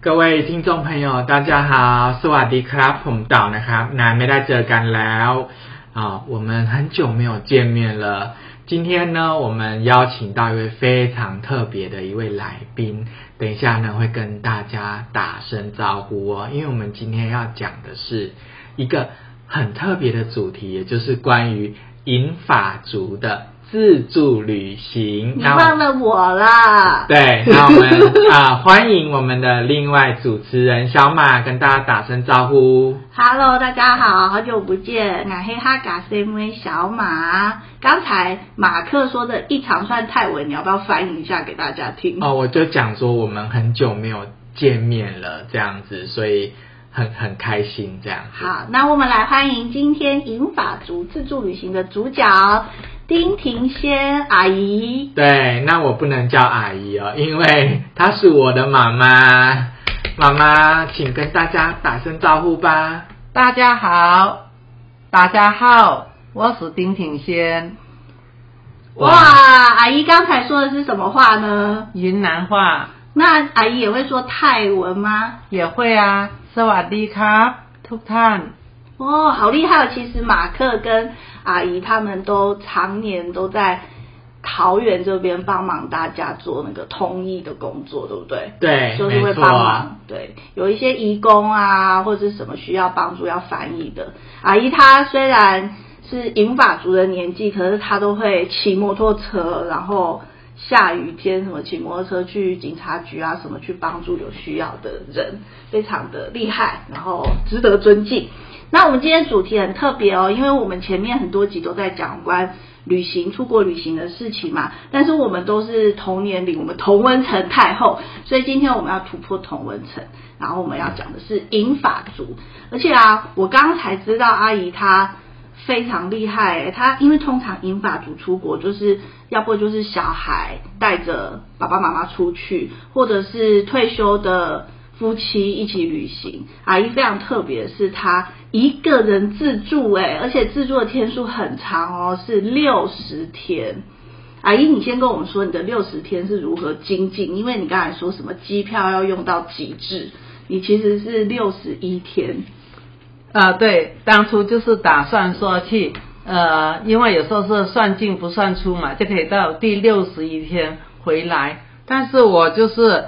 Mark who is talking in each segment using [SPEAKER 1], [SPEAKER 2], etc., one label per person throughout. [SPEAKER 1] 各位听众朋友，大家好，สวัสดีครับ ผมเต่านะครับนานไม่ได้เจอกันแล้ว啊，我们很久没有见面了。今天呢，我们邀请到一位非常特别的一位来宾，等一下呢会跟大家打声招呼哦，因为我们今天要讲的是一个很特别的主题，也就是关于银发族的自助旅行。
[SPEAKER 2] 你
[SPEAKER 1] 那我
[SPEAKER 2] 忘了我啦？
[SPEAKER 1] 对，那我们啊、欢迎我们的另外主持人小马跟大家打声招呼。
[SPEAKER 2] Hello，大家好，好久不见，那黑哈嘎 CMA 小马。刚才马克说的一长串泰文，你要不要翻译一下给大家听？
[SPEAKER 1] 哦，我就讲说我们很久没有见面了，这样子，所以很很开心这样子。
[SPEAKER 2] 好，那我们来欢迎今天银发族自助旅行的主角丁婷仙阿姨。
[SPEAKER 1] 对，那我不能叫阿姨哦，因为她是我的妈妈。妈妈，请跟大家打声招呼吧。
[SPEAKER 3] 大家好，大家好，我是丁挺仙，
[SPEAKER 2] 哇，阿姨刚才说的是什么话呢？
[SPEAKER 3] 云南话
[SPEAKER 2] 那阿姨也会说泰文吗？
[SPEAKER 3] 也会啊。สวัสดีครับทุกท่าน
[SPEAKER 2] 哦，好厉害！哦！其实马克跟阿姨他们都常年都在桃园这边帮忙大家做那个通译的工作，对不对？
[SPEAKER 1] 对，
[SPEAKER 2] 就是
[SPEAKER 1] 哎没
[SPEAKER 2] 会
[SPEAKER 1] 错啊
[SPEAKER 2] 帮。忙，对，有一些义工啊，或者是什么需要帮助要翻译的阿姨，她虽然是银发族的年纪，可是她都会骑摩托车，然后下雨天什么骑摩托车去警察局啊，什么去帮助有需要的人，非常的厉害，然后值得尊敬。那我们今天主题很特别哦，因为我们前面很多集都在讲关旅行、出国旅行的事情嘛，但是我们都是同年龄，我们同温层太厚，所以今天我们要突破同温层，然后我们要讲的是银发族，而且啊，我刚才知道阿姨她非常厉害、欸，她因为通常银发族出国就是要不就是小孩带着爸爸妈妈出去，或者是退休的夫妻一起旅行。阿姨非常特别，是她一个人自助、欸，而且自助的天数很长哦，是六十天。阿姨，你先跟我们说你的六十天是如何精进，因为你刚才说什么机票要用到极致，你其实是六十一天。
[SPEAKER 3] 呃，对，当初就是打算说去，呃，因为有时候是算进不算出嘛，就可以到第六十一天回来。但是我就是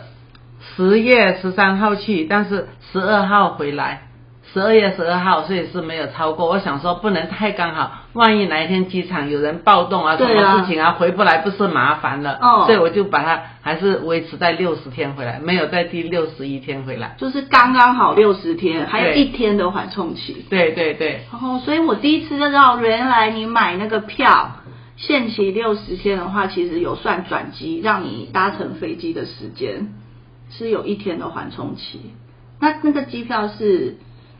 [SPEAKER 3] 十月十三号去，但是十二号回来，十二月十二号，所以是没有超过。我想说不能太刚好，万一哪一天机场有人暴动啊，什
[SPEAKER 2] 对啊
[SPEAKER 3] 么事情啊，回不来不是麻烦了？
[SPEAKER 2] 哦
[SPEAKER 3] 所以我就把它还是维持在六十天回来，没有在第六十一天回来。
[SPEAKER 2] 就是刚刚好六十天，还有
[SPEAKER 3] 对
[SPEAKER 2] 一天的缓冲期。
[SPEAKER 3] 对对对。
[SPEAKER 2] 然后，所以我第一次知道，原来你买那个票，限期六十天的话，其实有算转机，让你搭乘飞机的时间是有一天的缓冲期。那那个机票是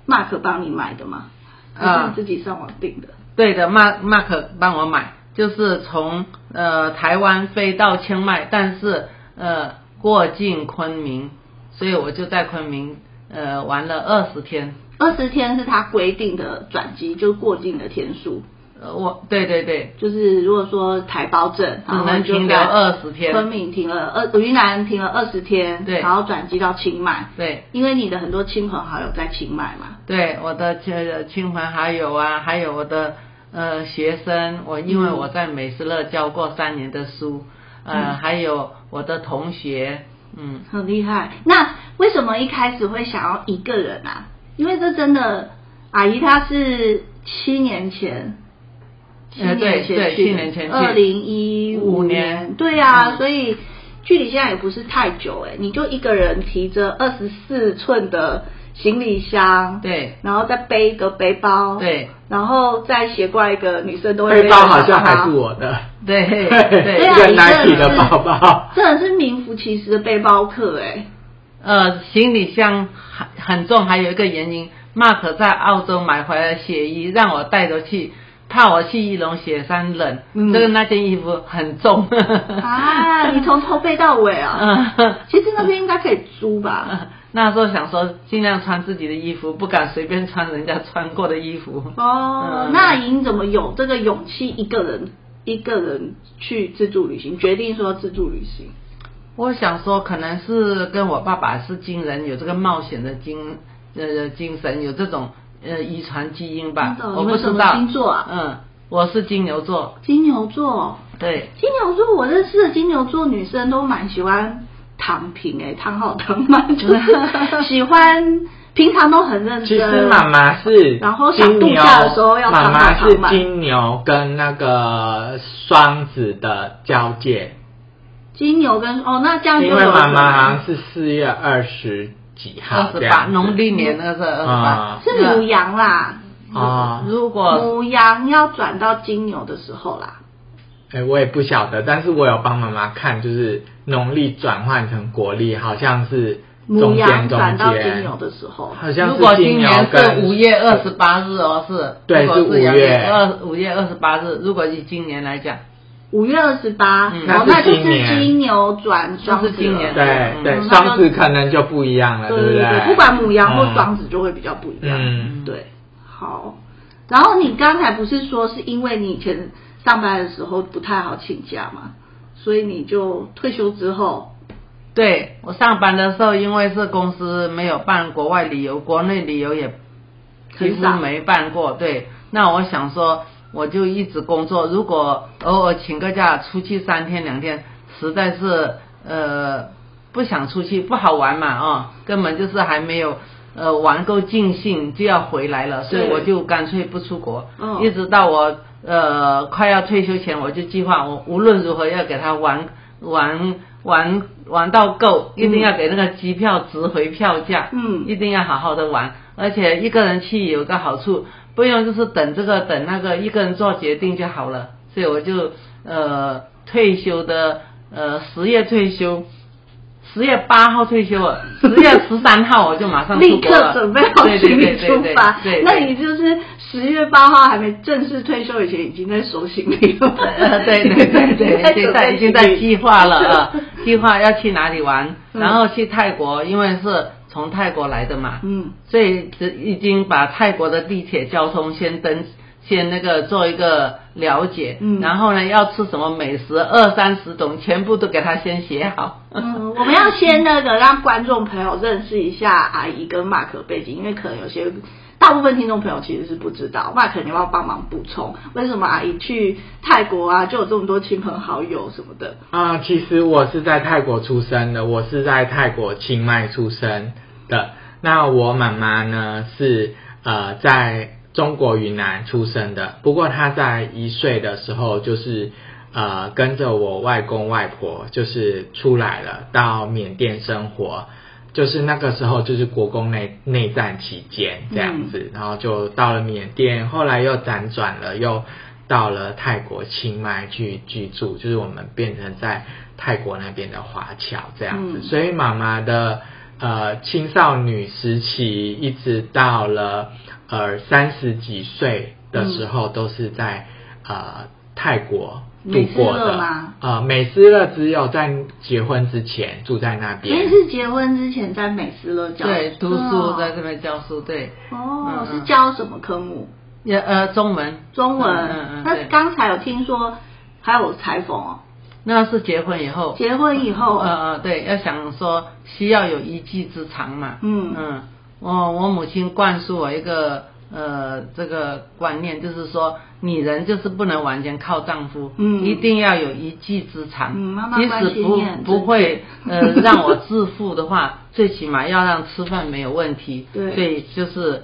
[SPEAKER 2] Mark 帮你买的吗？还是
[SPEAKER 3] 啊
[SPEAKER 2] 你自己上网订的？
[SPEAKER 3] 对的，Mark Mark 帮我买，就是从呃台湾飞到清迈，但是呃过境昆明，所以我就在昆明呃玩了二十天。
[SPEAKER 2] 二十天是他规定的转机，就是过境的天数。
[SPEAKER 3] 呃，我对对对，
[SPEAKER 2] 就是如果说台胞证，
[SPEAKER 3] 只
[SPEAKER 2] 然后
[SPEAKER 3] 能
[SPEAKER 2] 就
[SPEAKER 3] 嗯停留
[SPEAKER 2] 在
[SPEAKER 3] 20天
[SPEAKER 2] 昆明停了二，云南停了二十天，
[SPEAKER 3] 对
[SPEAKER 2] 然后转机到清迈，
[SPEAKER 3] 对
[SPEAKER 2] 因为你的很多亲朋好友在清迈嘛，
[SPEAKER 3] 对，我的亲呃亲朋好友啊，还有我的呃学生，我因为
[SPEAKER 2] 嗯
[SPEAKER 3] 我在美斯乐教过三年的书，呃，还有我的同学，嗯。
[SPEAKER 2] 很厉害。那为什么一开始会想要一个人啊？因为这真的，阿姨她是七年前。
[SPEAKER 3] 呃对对七年前去
[SPEAKER 2] 二零一五
[SPEAKER 3] 五
[SPEAKER 2] 年，
[SPEAKER 3] 年
[SPEAKER 2] 对呀、
[SPEAKER 3] 嗯
[SPEAKER 2] 所以距离现在也不是太久哎、你就一个人提着二十四寸的行李箱，
[SPEAKER 3] 对
[SPEAKER 2] 然后再背一个背包，，
[SPEAKER 3] 对
[SPEAKER 2] 然后再斜挂一个女生都会背
[SPEAKER 1] 背
[SPEAKER 2] 的
[SPEAKER 1] 包好像还
[SPEAKER 2] 包
[SPEAKER 1] 是我的，
[SPEAKER 3] 对
[SPEAKER 1] 一
[SPEAKER 2] 对啊
[SPEAKER 1] 个
[SPEAKER 2] 你真
[SPEAKER 1] Nike
[SPEAKER 2] 的
[SPEAKER 1] 的
[SPEAKER 2] 是
[SPEAKER 1] 包包。
[SPEAKER 2] 真的是名副其实的背包客哎、
[SPEAKER 3] 呃，行李箱很很重，还有一个原因，Mark 在澳洲买回来的雪衣，让我带着去，怕我去玉龙雪山冷，
[SPEAKER 2] 嗯
[SPEAKER 3] 这个那件衣服很重。
[SPEAKER 2] 啊，你从头背到尾啊！
[SPEAKER 3] 嗯，
[SPEAKER 2] 其实那边应该可以租吧？
[SPEAKER 1] 嗯
[SPEAKER 3] 那时候想说尽量穿自己的衣服，不敢随便穿人家穿过的衣服。
[SPEAKER 2] 哦，
[SPEAKER 3] 嗯
[SPEAKER 2] 那莹怎么有这个勇气一个人一个人去自助旅行？决定说自助旅行，
[SPEAKER 3] 我想说，可能是跟我爸爸是金人，有这个冒险的精呃精神，有这种呃遗传基因吧。
[SPEAKER 2] 真的
[SPEAKER 3] 我
[SPEAKER 2] 你
[SPEAKER 3] 不
[SPEAKER 2] 们什
[SPEAKER 3] 知
[SPEAKER 2] 么
[SPEAKER 3] 道。
[SPEAKER 2] 星座啊
[SPEAKER 3] 嗯，我是金牛座。
[SPEAKER 2] 金牛座，
[SPEAKER 3] 对，
[SPEAKER 2] 金牛座，我认识的金牛座女生都蛮喜欢躺平、欸，哎，躺好躺满，就是喜欢平常都很认真。
[SPEAKER 1] 其实妈妈是金牛，
[SPEAKER 2] 嗯然后想度假的时候要
[SPEAKER 1] 妈
[SPEAKER 2] 躺
[SPEAKER 1] 妈
[SPEAKER 2] 好
[SPEAKER 1] 是
[SPEAKER 2] 躺满。
[SPEAKER 1] 金牛跟那个双子的交界，
[SPEAKER 2] 金牛跟哦，那这样就
[SPEAKER 1] 因
[SPEAKER 2] 有
[SPEAKER 1] 为妈啊妈好
[SPEAKER 2] 可能
[SPEAKER 1] 像是四月二十几
[SPEAKER 3] 二
[SPEAKER 1] 号这
[SPEAKER 3] 十八，
[SPEAKER 1] 样子
[SPEAKER 3] 农历年那个是二十八
[SPEAKER 1] 啊。
[SPEAKER 2] 是嗯母羊啦，
[SPEAKER 1] 啊。
[SPEAKER 3] 如果
[SPEAKER 2] 母羊要转到金牛的时候啦。
[SPEAKER 1] 哎、我也不晓得，但是我有帮妈妈看，就是农历转换成国历，好像是
[SPEAKER 2] 母
[SPEAKER 1] 中
[SPEAKER 2] 羊
[SPEAKER 1] 间中
[SPEAKER 2] 转到金
[SPEAKER 1] 间
[SPEAKER 2] 牛，的时候，
[SPEAKER 1] 好像
[SPEAKER 3] 如果
[SPEAKER 1] 是
[SPEAKER 3] 今
[SPEAKER 1] 金牛
[SPEAKER 3] 年是
[SPEAKER 1] 跟
[SPEAKER 3] 五月二十八日哦，是
[SPEAKER 1] 对
[SPEAKER 3] 如果
[SPEAKER 1] 是
[SPEAKER 3] 是阳
[SPEAKER 1] 5月
[SPEAKER 3] 历二五月二十八日。如果以今年来讲，
[SPEAKER 2] 五月二十八，
[SPEAKER 3] 嗯
[SPEAKER 2] 哦，
[SPEAKER 1] 那
[SPEAKER 2] 那
[SPEAKER 1] 是
[SPEAKER 2] 就是
[SPEAKER 1] 今年
[SPEAKER 2] 金牛转双子
[SPEAKER 3] 那是今年
[SPEAKER 2] 了
[SPEAKER 1] 对对，
[SPEAKER 2] 嗯
[SPEAKER 1] 双子可能就不一样了，
[SPEAKER 2] 对
[SPEAKER 1] 不
[SPEAKER 2] 对
[SPEAKER 1] 啊对？嗯
[SPEAKER 2] 不管母羊或双
[SPEAKER 1] 子，
[SPEAKER 2] 子就会比较不一样。
[SPEAKER 1] 嗯，
[SPEAKER 2] 对，好。然后你刚才不是说是因为你以前上班的时候不太好请假嘛，所以你就退休之后，
[SPEAKER 3] 对我上班的时候，因为是公司没有办国外旅游，国内旅游也几
[SPEAKER 2] 很
[SPEAKER 3] 乎
[SPEAKER 2] 少
[SPEAKER 3] 没办过。对，那我想说，我就一直工作，如果偶尔请个假出去三天两天，实在是呃不想出去，不好玩嘛哦，根本就是还没有呃玩够尽兴就要回来了，所以
[SPEAKER 2] 对
[SPEAKER 3] 我就干脆不出国，
[SPEAKER 2] 嗯
[SPEAKER 3] 一直到我呃快要退休前，我就计划我无论如何要给他玩玩玩玩到够，一定要给那个机票值回票价，
[SPEAKER 2] 嗯
[SPEAKER 3] 一定要好好的玩。而且一个人去有个好处，不用就是等这个等那个，一个人做决定就好了。所以我就呃退休的呃十月退休，十月八号退休了，十月十三号我就马上 出
[SPEAKER 2] 立
[SPEAKER 3] 国了
[SPEAKER 2] 刻准备好
[SPEAKER 3] 对对
[SPEAKER 2] 行李
[SPEAKER 3] 对对
[SPEAKER 2] 出发。
[SPEAKER 3] 对对对
[SPEAKER 2] 那你就是十月八号还没正式退休以前，已经在收行李了。
[SPEAKER 3] 呃， 对对对对，现在已经在计划了 啊，计划要去哪里玩，
[SPEAKER 2] 嗯
[SPEAKER 3] 然后去泰国，因为是从泰国来的嘛，
[SPEAKER 2] 嗯，
[SPEAKER 3] 所以只已经把泰国的地铁交通先登，先那个做一个了解，
[SPEAKER 2] 嗯
[SPEAKER 3] 然后呢要吃什么美食，二三十种全部都给他先写好。
[SPEAKER 2] 嗯，我们要先那个让观众朋友认识一下阿姨跟 Mark 背景，因为可能有些大部分听众朋友其实是不知道，Mark 你要不要帮忙补充？为什么阿姨去泰国啊，就有这么多亲朋好友什么的？
[SPEAKER 1] 啊、其实我是在泰国出生的，我是在泰国清迈出生的。那我妈妈呢是呃在中国云南出生的，不过她在一岁的时候就是呃跟着我外公外婆就是出来了，到缅甸生活。就是那个时候，就是国共内内战期间这样子，然后就到了缅甸，后来又辗转了，又到了泰国清迈去居住，就是我们变成在泰国那边的华侨这样子，
[SPEAKER 2] 嗯
[SPEAKER 1] 所以妈妈的呃青少女时期一直到了呃三十几岁的时候，都是在呃泰国度
[SPEAKER 2] 美斯
[SPEAKER 1] 过
[SPEAKER 2] 乐
[SPEAKER 1] 的
[SPEAKER 2] 吗。
[SPEAKER 1] 呃，美斯乐只有在结婚之前住在那
[SPEAKER 2] 因
[SPEAKER 1] 边，
[SPEAKER 2] 为是结婚之前在美斯乐教
[SPEAKER 3] 对，读书在
[SPEAKER 2] 的
[SPEAKER 3] 这边教书，对，
[SPEAKER 2] 哦，是
[SPEAKER 3] 嗯
[SPEAKER 2] 教什么科目？
[SPEAKER 3] 也呃中文，
[SPEAKER 2] 中文。
[SPEAKER 3] 嗯嗯嗯，
[SPEAKER 2] 那
[SPEAKER 3] 对
[SPEAKER 2] 刚才有听说还有裁缝哦，
[SPEAKER 3] 那是结婚以后，
[SPEAKER 2] 结婚以后，
[SPEAKER 3] 呃呃，对，要想说需要有一技之长嘛。
[SPEAKER 2] 嗯
[SPEAKER 3] 嗯，我我母亲灌输我一个呃这个观念，就是说女人就是不能完全靠丈夫，
[SPEAKER 2] 嗯
[SPEAKER 3] 一定要有一技之长。
[SPEAKER 2] 嗯妈妈
[SPEAKER 3] 即
[SPEAKER 2] 关
[SPEAKER 3] 使
[SPEAKER 2] 心
[SPEAKER 3] 不
[SPEAKER 2] 也很
[SPEAKER 3] 不
[SPEAKER 2] 正
[SPEAKER 3] 会
[SPEAKER 2] 确
[SPEAKER 3] 呃让我致富的话， 最起码要让吃饭没有问题。
[SPEAKER 2] 对
[SPEAKER 3] 所以就是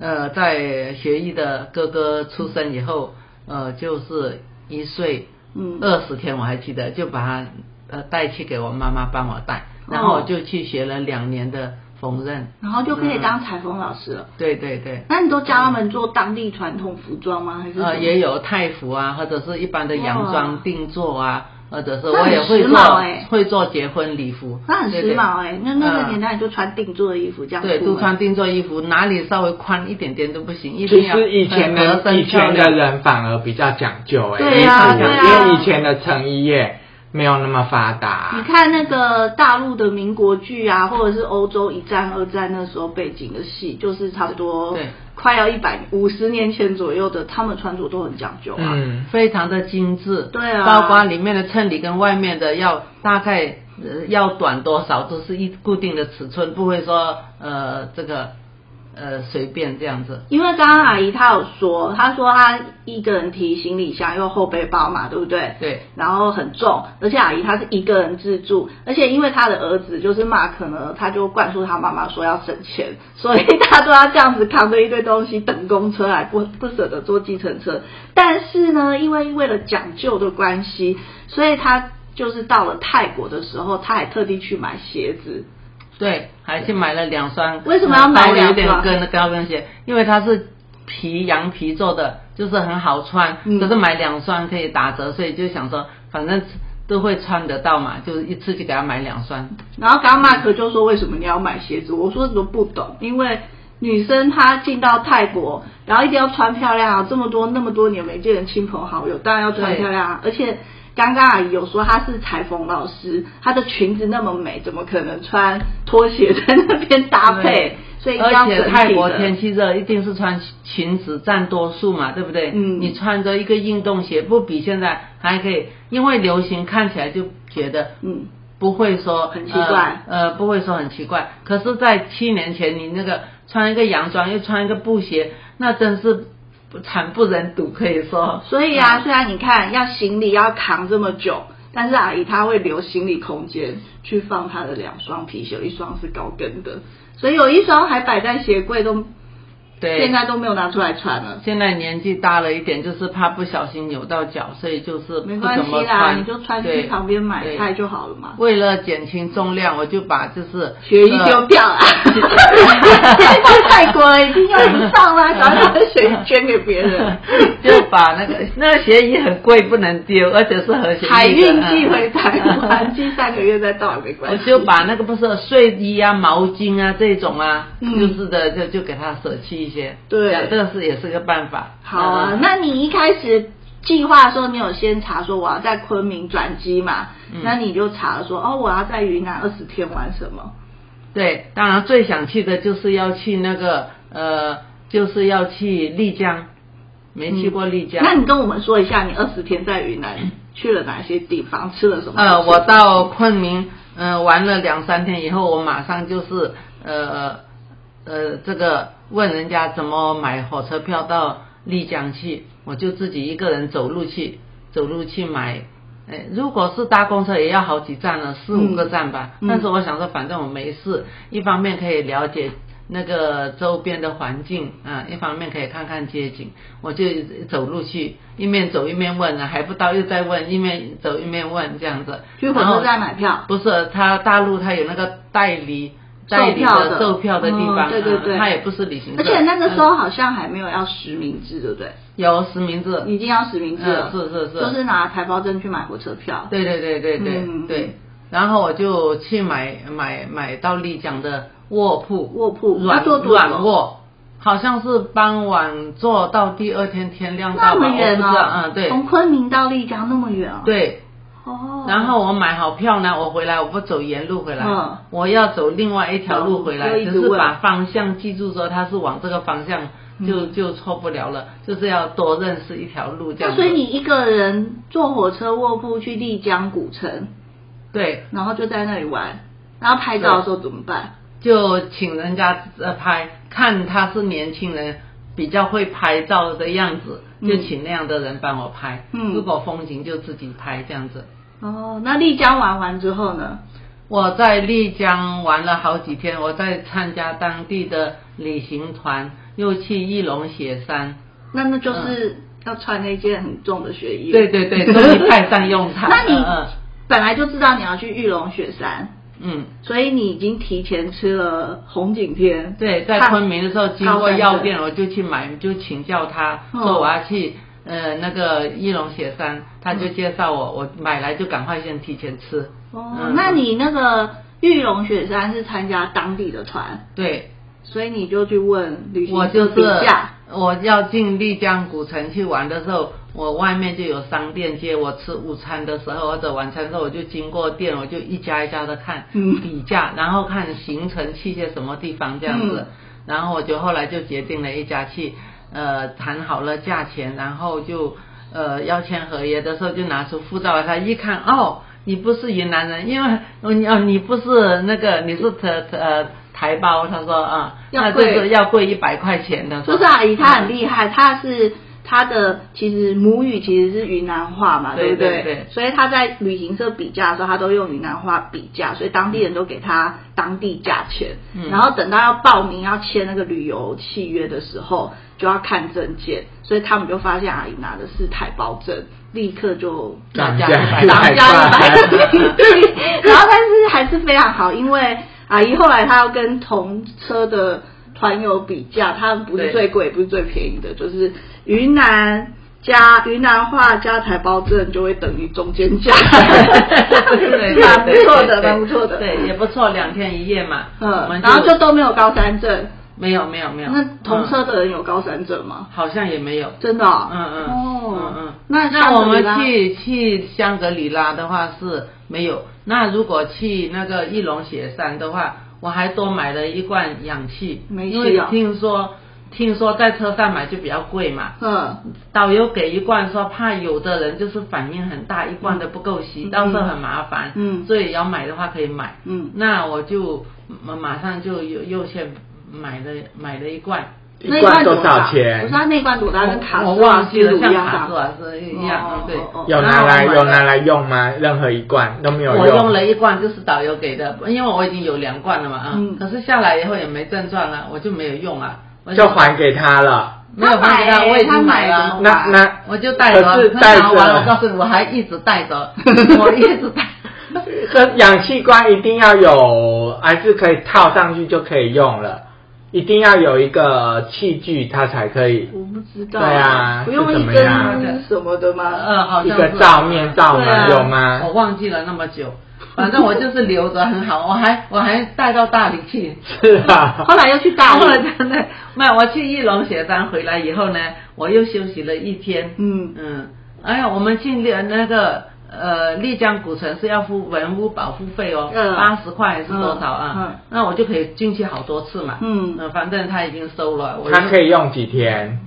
[SPEAKER 3] 呃，在学艺的哥哥出生以后，呃，就是一岁。
[SPEAKER 2] 嗯
[SPEAKER 3] 二十天我还记得，就把它呃带去给我妈妈帮我带，然后我就去学了两年的缝纫，
[SPEAKER 2] 然后就可以
[SPEAKER 3] 嗯
[SPEAKER 2] 当裁缝老师了。
[SPEAKER 3] 对对对，
[SPEAKER 2] 那你都教他们做当地传统服装吗？还是什么
[SPEAKER 3] 呃也有泰服啊，或者是一般的洋
[SPEAKER 2] 哇
[SPEAKER 3] 装定做啊，或者是
[SPEAKER 2] 那
[SPEAKER 3] 我
[SPEAKER 2] 很
[SPEAKER 3] 也会
[SPEAKER 2] 时
[SPEAKER 3] 做、
[SPEAKER 2] 髦欸
[SPEAKER 3] 会做结婚礼服，
[SPEAKER 2] 那很
[SPEAKER 3] 对
[SPEAKER 2] 时髦哎、那那个年。
[SPEAKER 3] 对嗯
[SPEAKER 2] 代就穿定做的衣服这样
[SPEAKER 3] 对，
[SPEAKER 2] 出
[SPEAKER 3] 都
[SPEAKER 2] 门
[SPEAKER 3] 穿定做衣服，哪里稍微宽一点点都不行，一定
[SPEAKER 1] 其
[SPEAKER 3] 要
[SPEAKER 1] 实以前的
[SPEAKER 2] 呃
[SPEAKER 3] 很合身
[SPEAKER 1] 以前
[SPEAKER 3] 漂
[SPEAKER 1] 的
[SPEAKER 3] 亮
[SPEAKER 1] 人反而比较讲究哎、
[SPEAKER 2] 对
[SPEAKER 1] 衣服，
[SPEAKER 2] 啊
[SPEAKER 3] 对
[SPEAKER 2] 啊
[SPEAKER 1] 因为以前的成衣业没有那么发达。
[SPEAKER 2] 你看那个大陆的民国剧啊，或者是欧洲一战、二战那时候背景的戏，就是差不多
[SPEAKER 3] 对
[SPEAKER 2] 快要一百五十年前左右的，他们穿着都很讲究啊。
[SPEAKER 1] 嗯，
[SPEAKER 3] 非常的精致，
[SPEAKER 2] 对啊
[SPEAKER 3] 包括里面的衬里跟外面的要大概呃要短多少都是一固定的尺寸，不会说呃这个呃随便这样子。
[SPEAKER 2] 因为刚刚阿姨她有说，她说她一个人提行李箱又后背包嘛，对不对？
[SPEAKER 3] 对。
[SPEAKER 2] 然后很重，而且阿姨她是一个人自助，而且因为她的儿子就是 Mark 呢，他就灌输他妈妈说要省钱，所以他都要这样子扛着一堆东西等公车来，不不舍得坐计程车。但是呢，因为为了讲究的关系，所以他就是到了泰国的时候，他还特地去买鞋子，
[SPEAKER 3] 对，还去买了两双。
[SPEAKER 2] 为什么要买
[SPEAKER 3] 呃高
[SPEAKER 2] 两双
[SPEAKER 3] 有点跟的高跟鞋，因为它是皮羊皮做的，就是很好穿。
[SPEAKER 2] 嗯
[SPEAKER 3] 可是买两双可以打折，所以就想说，反正都会穿得到嘛，就一次就给他买两双。
[SPEAKER 2] 然后刚刚 Mark 就说为什么你要买鞋子？我说都不懂，因为女生她进到泰国，然后一定要穿漂亮啊，这么多那么多年没见的亲朋好友，当然要穿漂亮啊。而且刚刚阿姨有说她是裁缝老师，她的裙子那么美，怎么可能穿拖鞋在那边搭配
[SPEAKER 3] 对？
[SPEAKER 2] 所以一定要整
[SPEAKER 3] 而
[SPEAKER 2] 体
[SPEAKER 3] 且
[SPEAKER 2] 的。
[SPEAKER 3] 泰国天气热，一定是穿裙子占多数嘛，对不对？
[SPEAKER 2] 嗯
[SPEAKER 3] 你穿着一个运动鞋，不比现在还可以，因为流行看起来就觉得
[SPEAKER 2] 嗯，
[SPEAKER 3] 不会说
[SPEAKER 2] 很奇怪
[SPEAKER 3] 呃，呃不会说很奇怪。可是，在七年前，你那个穿一个洋装又穿一个布鞋，那真是惨不忍睹，可以说。
[SPEAKER 2] 所以啊，
[SPEAKER 3] 嗯
[SPEAKER 2] 虽然你看要行李要扛这么久，但是阿姨她会留行李空间去放她的两双皮鞋，有一双是高跟的，所以有一双还摆在鞋柜都
[SPEAKER 3] 对，
[SPEAKER 2] 现在都没有拿出来穿了。
[SPEAKER 3] 现在年纪大了一点，就是怕不小心扭到脚，所以就是
[SPEAKER 2] 没
[SPEAKER 3] 不
[SPEAKER 2] 关
[SPEAKER 3] 怎
[SPEAKER 2] 系
[SPEAKER 3] 么
[SPEAKER 2] 啦，
[SPEAKER 3] 穿。
[SPEAKER 2] 你就穿
[SPEAKER 3] 对
[SPEAKER 2] 去旁边买菜。
[SPEAKER 3] 对
[SPEAKER 2] 就好了嘛。
[SPEAKER 3] 为了减轻重量，我就把就是呃
[SPEAKER 2] 雪衣丢掉啊！ 到泰国了，已经用不上啦，赶快把雪衣捐给别人。
[SPEAKER 3] 就把那个那个鞋衣很贵，不能丢，而且是和谐
[SPEAKER 2] 海
[SPEAKER 3] 衣的
[SPEAKER 2] 运寄回 台湾，
[SPEAKER 3] 嗯
[SPEAKER 2] 寄三个月再到也没关
[SPEAKER 3] 我
[SPEAKER 2] 系。
[SPEAKER 3] 就把那个不是睡衣啊、毛巾啊这种啊，
[SPEAKER 2] 嗯
[SPEAKER 3] 就是的，就就给它舍弃一些。
[SPEAKER 2] 对
[SPEAKER 3] 这个是也是个办法。
[SPEAKER 2] 好啊，
[SPEAKER 3] 嗯
[SPEAKER 2] 那你一开始计划的时候，你有先查说我要在昆明转机嘛？
[SPEAKER 3] 嗯
[SPEAKER 2] 那你就查了说哦，我要在云南二十天玩什么？
[SPEAKER 3] 对，当然最想去的就是要去那个呃，就是要去丽江，没去过丽江。
[SPEAKER 2] 嗯那你跟我们说一下，你二十天在云南去了哪些地方，吃了什么？
[SPEAKER 3] 呃，我到昆明，呃，玩了两三天以后，我马上就是呃呃，这个问人家怎么买火车票到丽江去，我就自己一个人走路去，走路去买。哎，如果是搭公车也要好几站了，四五个站吧。
[SPEAKER 2] 嗯嗯
[SPEAKER 3] 但是我想说，反正我没事，一方面可以了解那个周边的环境啊，一方面可以看看街景。我就走路去，一面走一面问啊，还不到又在问，一面走一面问这样子。
[SPEAKER 2] 去火车站买票
[SPEAKER 3] 不是，他大陆他有那个代理代理
[SPEAKER 2] 售票的
[SPEAKER 3] 售票的地
[SPEAKER 2] 嗯
[SPEAKER 3] 方，
[SPEAKER 2] 对对
[SPEAKER 3] 啊
[SPEAKER 2] 对
[SPEAKER 3] 他也不是旅行社。
[SPEAKER 2] 而且那个时候
[SPEAKER 3] 嗯
[SPEAKER 2] 好像还没有要实名制，对不对？
[SPEAKER 3] 有实名制，
[SPEAKER 2] 已经要实名制了，
[SPEAKER 3] 嗯是是是
[SPEAKER 2] 就是拿台胞证去买火车票。
[SPEAKER 3] 对对对对对、
[SPEAKER 2] 嗯
[SPEAKER 3] 对。然后我就去买买买到丽江的卧铺，
[SPEAKER 2] 卧铺
[SPEAKER 3] 软
[SPEAKER 2] 要坐多久
[SPEAKER 3] 软卧，好像是傍晚坐到第二天天亮到吧，
[SPEAKER 2] 那么远
[SPEAKER 3] 我不知道
[SPEAKER 2] 哦，
[SPEAKER 3] 嗯对
[SPEAKER 2] 从昆明到丽江那么远哦。，
[SPEAKER 3] 对。
[SPEAKER 2] 哦，
[SPEAKER 3] 然后我买好票呢，我回来我不走原路回来，
[SPEAKER 2] 嗯
[SPEAKER 3] 我要走另外一条路回来，
[SPEAKER 2] 就一直
[SPEAKER 3] 只是
[SPEAKER 2] 问
[SPEAKER 3] 把方向记住说它是往这个方向就、
[SPEAKER 2] 嗯
[SPEAKER 3] 就错不了了，就是要多认识一条路这样
[SPEAKER 2] 那
[SPEAKER 3] 子。
[SPEAKER 2] 所以你一个人坐火车卧铺去丽江古城，
[SPEAKER 3] 对
[SPEAKER 2] 然后就在那里玩，然后拍照的时候怎么办？
[SPEAKER 3] 就请人家呃拍，看他是年轻人比较会拍照的样子，
[SPEAKER 2] 嗯
[SPEAKER 3] 就请那样的人帮我拍。
[SPEAKER 2] 嗯
[SPEAKER 3] 如果风景就自己拍这样子。
[SPEAKER 2] 哦，那丽江玩完之后呢？
[SPEAKER 3] 我在丽江玩了好几天，我在参加当地的旅行团，又去玉龙雪山。
[SPEAKER 2] 那那就是要穿那件很重的雪衣。
[SPEAKER 3] 对对对，终于派上用场。
[SPEAKER 2] 那你
[SPEAKER 3] 嗯
[SPEAKER 2] 本来就知道你要去玉龙雪山，
[SPEAKER 3] 嗯，
[SPEAKER 2] 所以你已经提前吃了红景天。
[SPEAKER 3] 对，在
[SPEAKER 2] 看
[SPEAKER 3] 昆明的时候经过
[SPEAKER 2] 看
[SPEAKER 3] 药店，我就去买，就请教他
[SPEAKER 2] 嗯
[SPEAKER 3] 说我要去。呃，那个玉龙雪山，他就介绍我，我买来就赶快先提前吃。
[SPEAKER 2] 哦
[SPEAKER 3] 嗯，
[SPEAKER 2] 那你那个玉龙雪山是参加当地的团，
[SPEAKER 3] 对，
[SPEAKER 2] 所以你就去问旅行
[SPEAKER 3] 我
[SPEAKER 2] 社
[SPEAKER 3] 就是
[SPEAKER 2] 比价。
[SPEAKER 3] 我要进丽江古城去玩的时候，我外面就有商店街，我吃午餐的时候或者晚餐的时候，我就经过店，我就一家一家的看
[SPEAKER 2] 嗯
[SPEAKER 3] 比价，然后看行程去些什么地方这样子，
[SPEAKER 2] 嗯
[SPEAKER 3] 然后我就后来就决定了一家去，呃，谈好了价钱，然后就呃要签合约的时候就拿出护照来，他一看哦。你不是云南人，因为哦你哦你不是那个你是台呃台胞，他说啊，
[SPEAKER 2] 要
[SPEAKER 3] 那就
[SPEAKER 2] 贵
[SPEAKER 3] 是要贵一百块钱的，
[SPEAKER 2] 就是阿姨她很厉害，她是她的其实母语其实是云南话嘛，
[SPEAKER 3] 对
[SPEAKER 2] 不对？
[SPEAKER 3] 对对
[SPEAKER 2] 所以她在旅行社比价的时候，她都用云南话比价，所以当地人都给她当地价钱。
[SPEAKER 3] 嗯
[SPEAKER 2] 然后等到要报名要签那个旅游契约的时候，就要看证件，所以他们就发现阿姨拿的是台胞证，立刻就
[SPEAKER 1] 涨价
[SPEAKER 3] 涨
[SPEAKER 1] 一
[SPEAKER 2] 涨
[SPEAKER 1] 百
[SPEAKER 2] 价一百
[SPEAKER 1] 块，
[SPEAKER 2] 然后但是还是非常好，因为阿姨后来她要跟同车的团友比价，他们不是
[SPEAKER 3] 对
[SPEAKER 2] 最贵，也不是最便宜的，就是云南。加云南话加台胞证就会等于中间价，
[SPEAKER 3] 嗯
[SPEAKER 2] 是啊蛮不错的，
[SPEAKER 3] 对对对对
[SPEAKER 2] 蛮不错的。
[SPEAKER 3] 对，也不错，两天一夜嘛。我
[SPEAKER 2] 嗯，
[SPEAKER 3] 们
[SPEAKER 2] 然后就都没有高山症。
[SPEAKER 3] 没有没有没有。
[SPEAKER 2] 那同
[SPEAKER 3] 嗯
[SPEAKER 2] 车的人有高山症吗？
[SPEAKER 3] 好像也没有。
[SPEAKER 2] 真的哦？
[SPEAKER 3] 嗯嗯
[SPEAKER 2] 哦
[SPEAKER 3] 嗯，嗯，
[SPEAKER 2] 那
[SPEAKER 3] 那
[SPEAKER 2] 香
[SPEAKER 3] 我
[SPEAKER 2] 格里拉
[SPEAKER 3] 们去去香格里拉的话是没有，那如果去那个玉龙雪山的话，我还多买了一罐氧气，
[SPEAKER 2] 没
[SPEAKER 3] 因
[SPEAKER 2] 事
[SPEAKER 3] 为
[SPEAKER 2] 啊
[SPEAKER 3] 听说听说在车上买就比较贵嘛，
[SPEAKER 2] 嗯，
[SPEAKER 3] 导游给一罐说怕有的人就是反应很大，一罐都不够吸，
[SPEAKER 2] 嗯
[SPEAKER 3] 到时候很麻烦，
[SPEAKER 2] 嗯
[SPEAKER 3] 所以要买的话可以买，
[SPEAKER 2] 嗯
[SPEAKER 3] 那我就马马上就又又去买了买了一罐，
[SPEAKER 2] 那
[SPEAKER 1] 一
[SPEAKER 2] 罐
[SPEAKER 1] 罐 多
[SPEAKER 2] 大
[SPEAKER 1] 少钱
[SPEAKER 2] 不是，它那罐多大？跟卡
[SPEAKER 3] 我
[SPEAKER 2] 斯
[SPEAKER 3] 我
[SPEAKER 2] 瓦
[SPEAKER 3] 忘
[SPEAKER 2] 斯
[SPEAKER 3] 记了，
[SPEAKER 2] 炉一
[SPEAKER 3] 像
[SPEAKER 2] 样
[SPEAKER 3] 卡
[SPEAKER 2] 大
[SPEAKER 3] 斯。瓦斯一
[SPEAKER 2] 哦
[SPEAKER 3] 样，对
[SPEAKER 2] 哦哦，
[SPEAKER 1] 有拿来
[SPEAKER 3] 然后我买
[SPEAKER 1] 有拿
[SPEAKER 3] 了。
[SPEAKER 1] 来用吗？任何一罐都没有
[SPEAKER 3] 我
[SPEAKER 1] 用。
[SPEAKER 3] 用了一罐，就是导游给的，因为我已经有两罐了嘛啊，
[SPEAKER 2] 嗯
[SPEAKER 3] 可是下来以后也没症状啊，我就没有用啊，我
[SPEAKER 1] 就还给他了。
[SPEAKER 3] 没有还给
[SPEAKER 2] 他
[SPEAKER 3] 他，
[SPEAKER 2] 买
[SPEAKER 3] 我已经买
[SPEAKER 2] 他买
[SPEAKER 3] 了啊
[SPEAKER 2] 的，
[SPEAKER 1] 那那
[SPEAKER 3] 我就带着，
[SPEAKER 1] 可是
[SPEAKER 3] 他
[SPEAKER 1] 带
[SPEAKER 3] 拿完了，我告
[SPEAKER 1] 着，
[SPEAKER 3] 诉你，我还一直 带着，我一直带。
[SPEAKER 1] 可氧气罐一定要有，还是可以套上去就可以用了。一定要有一个器具，它才可以
[SPEAKER 2] 我不知道，
[SPEAKER 1] 对啊
[SPEAKER 2] 不用
[SPEAKER 1] 是
[SPEAKER 2] 一
[SPEAKER 1] 怎么
[SPEAKER 2] 根
[SPEAKER 1] 样
[SPEAKER 2] 什么的吗？
[SPEAKER 3] 呃，好
[SPEAKER 1] 一
[SPEAKER 3] 像
[SPEAKER 1] 个
[SPEAKER 3] 是
[SPEAKER 1] 罩面罩
[SPEAKER 2] 对啊
[SPEAKER 1] 吗？有吗
[SPEAKER 3] 我？忘记了那么久，反正我就是留着很好，我还我还带到大理去。
[SPEAKER 1] 是啊，
[SPEAKER 2] 后来又去大
[SPEAKER 3] 然
[SPEAKER 2] 陆
[SPEAKER 3] 后，呢，真的，那我去玉龙雪山回来以后呢，我又休息了一天。
[SPEAKER 2] 嗯
[SPEAKER 3] 嗯，哎呀，我们去那那个呃丽江古城是要付文物保护费哦，
[SPEAKER 2] 嗯
[SPEAKER 3] 八十块还是多少啊？
[SPEAKER 2] 嗯嗯
[SPEAKER 3] 那我就可以进去好多次嘛。呃
[SPEAKER 2] 嗯
[SPEAKER 3] 反正他已经收了，我
[SPEAKER 1] 它
[SPEAKER 3] 就
[SPEAKER 1] 可以用几天？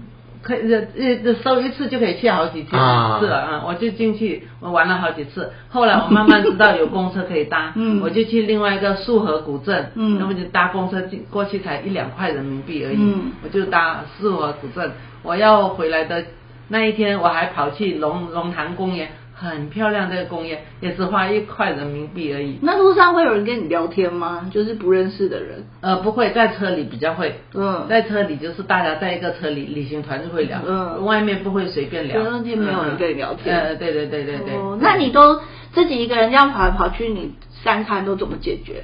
[SPEAKER 3] 可以呃呃收一次就可以去好几次
[SPEAKER 1] 啊
[SPEAKER 3] 是了啊，我就进去我玩了好几次，后来我慢慢知道有公车可以搭，
[SPEAKER 2] 嗯
[SPEAKER 3] 我就去另外一个束河古镇，
[SPEAKER 2] 嗯
[SPEAKER 3] 那么就搭公车进过去才一两块人民币而已，
[SPEAKER 2] 嗯
[SPEAKER 3] 我就搭束河古镇，我要回来的那一天我还跑去龙龙潭公园，很漂亮的公园，也只花一块人民币而已，
[SPEAKER 2] 那路上会有人跟你聊天吗？就是不认识的人，
[SPEAKER 3] 呃，不会在车里比较会。
[SPEAKER 2] 嗯，
[SPEAKER 3] 在车里就是大家在一个车里，旅行团就会聊，
[SPEAKER 2] 嗯
[SPEAKER 3] 外面不会随便聊，
[SPEAKER 2] 对外面没有人跟你聊天
[SPEAKER 3] 嗯呃，对对对对对。
[SPEAKER 2] 哦，那你都自己一个人这样跑来跑去，你三餐都怎么解决？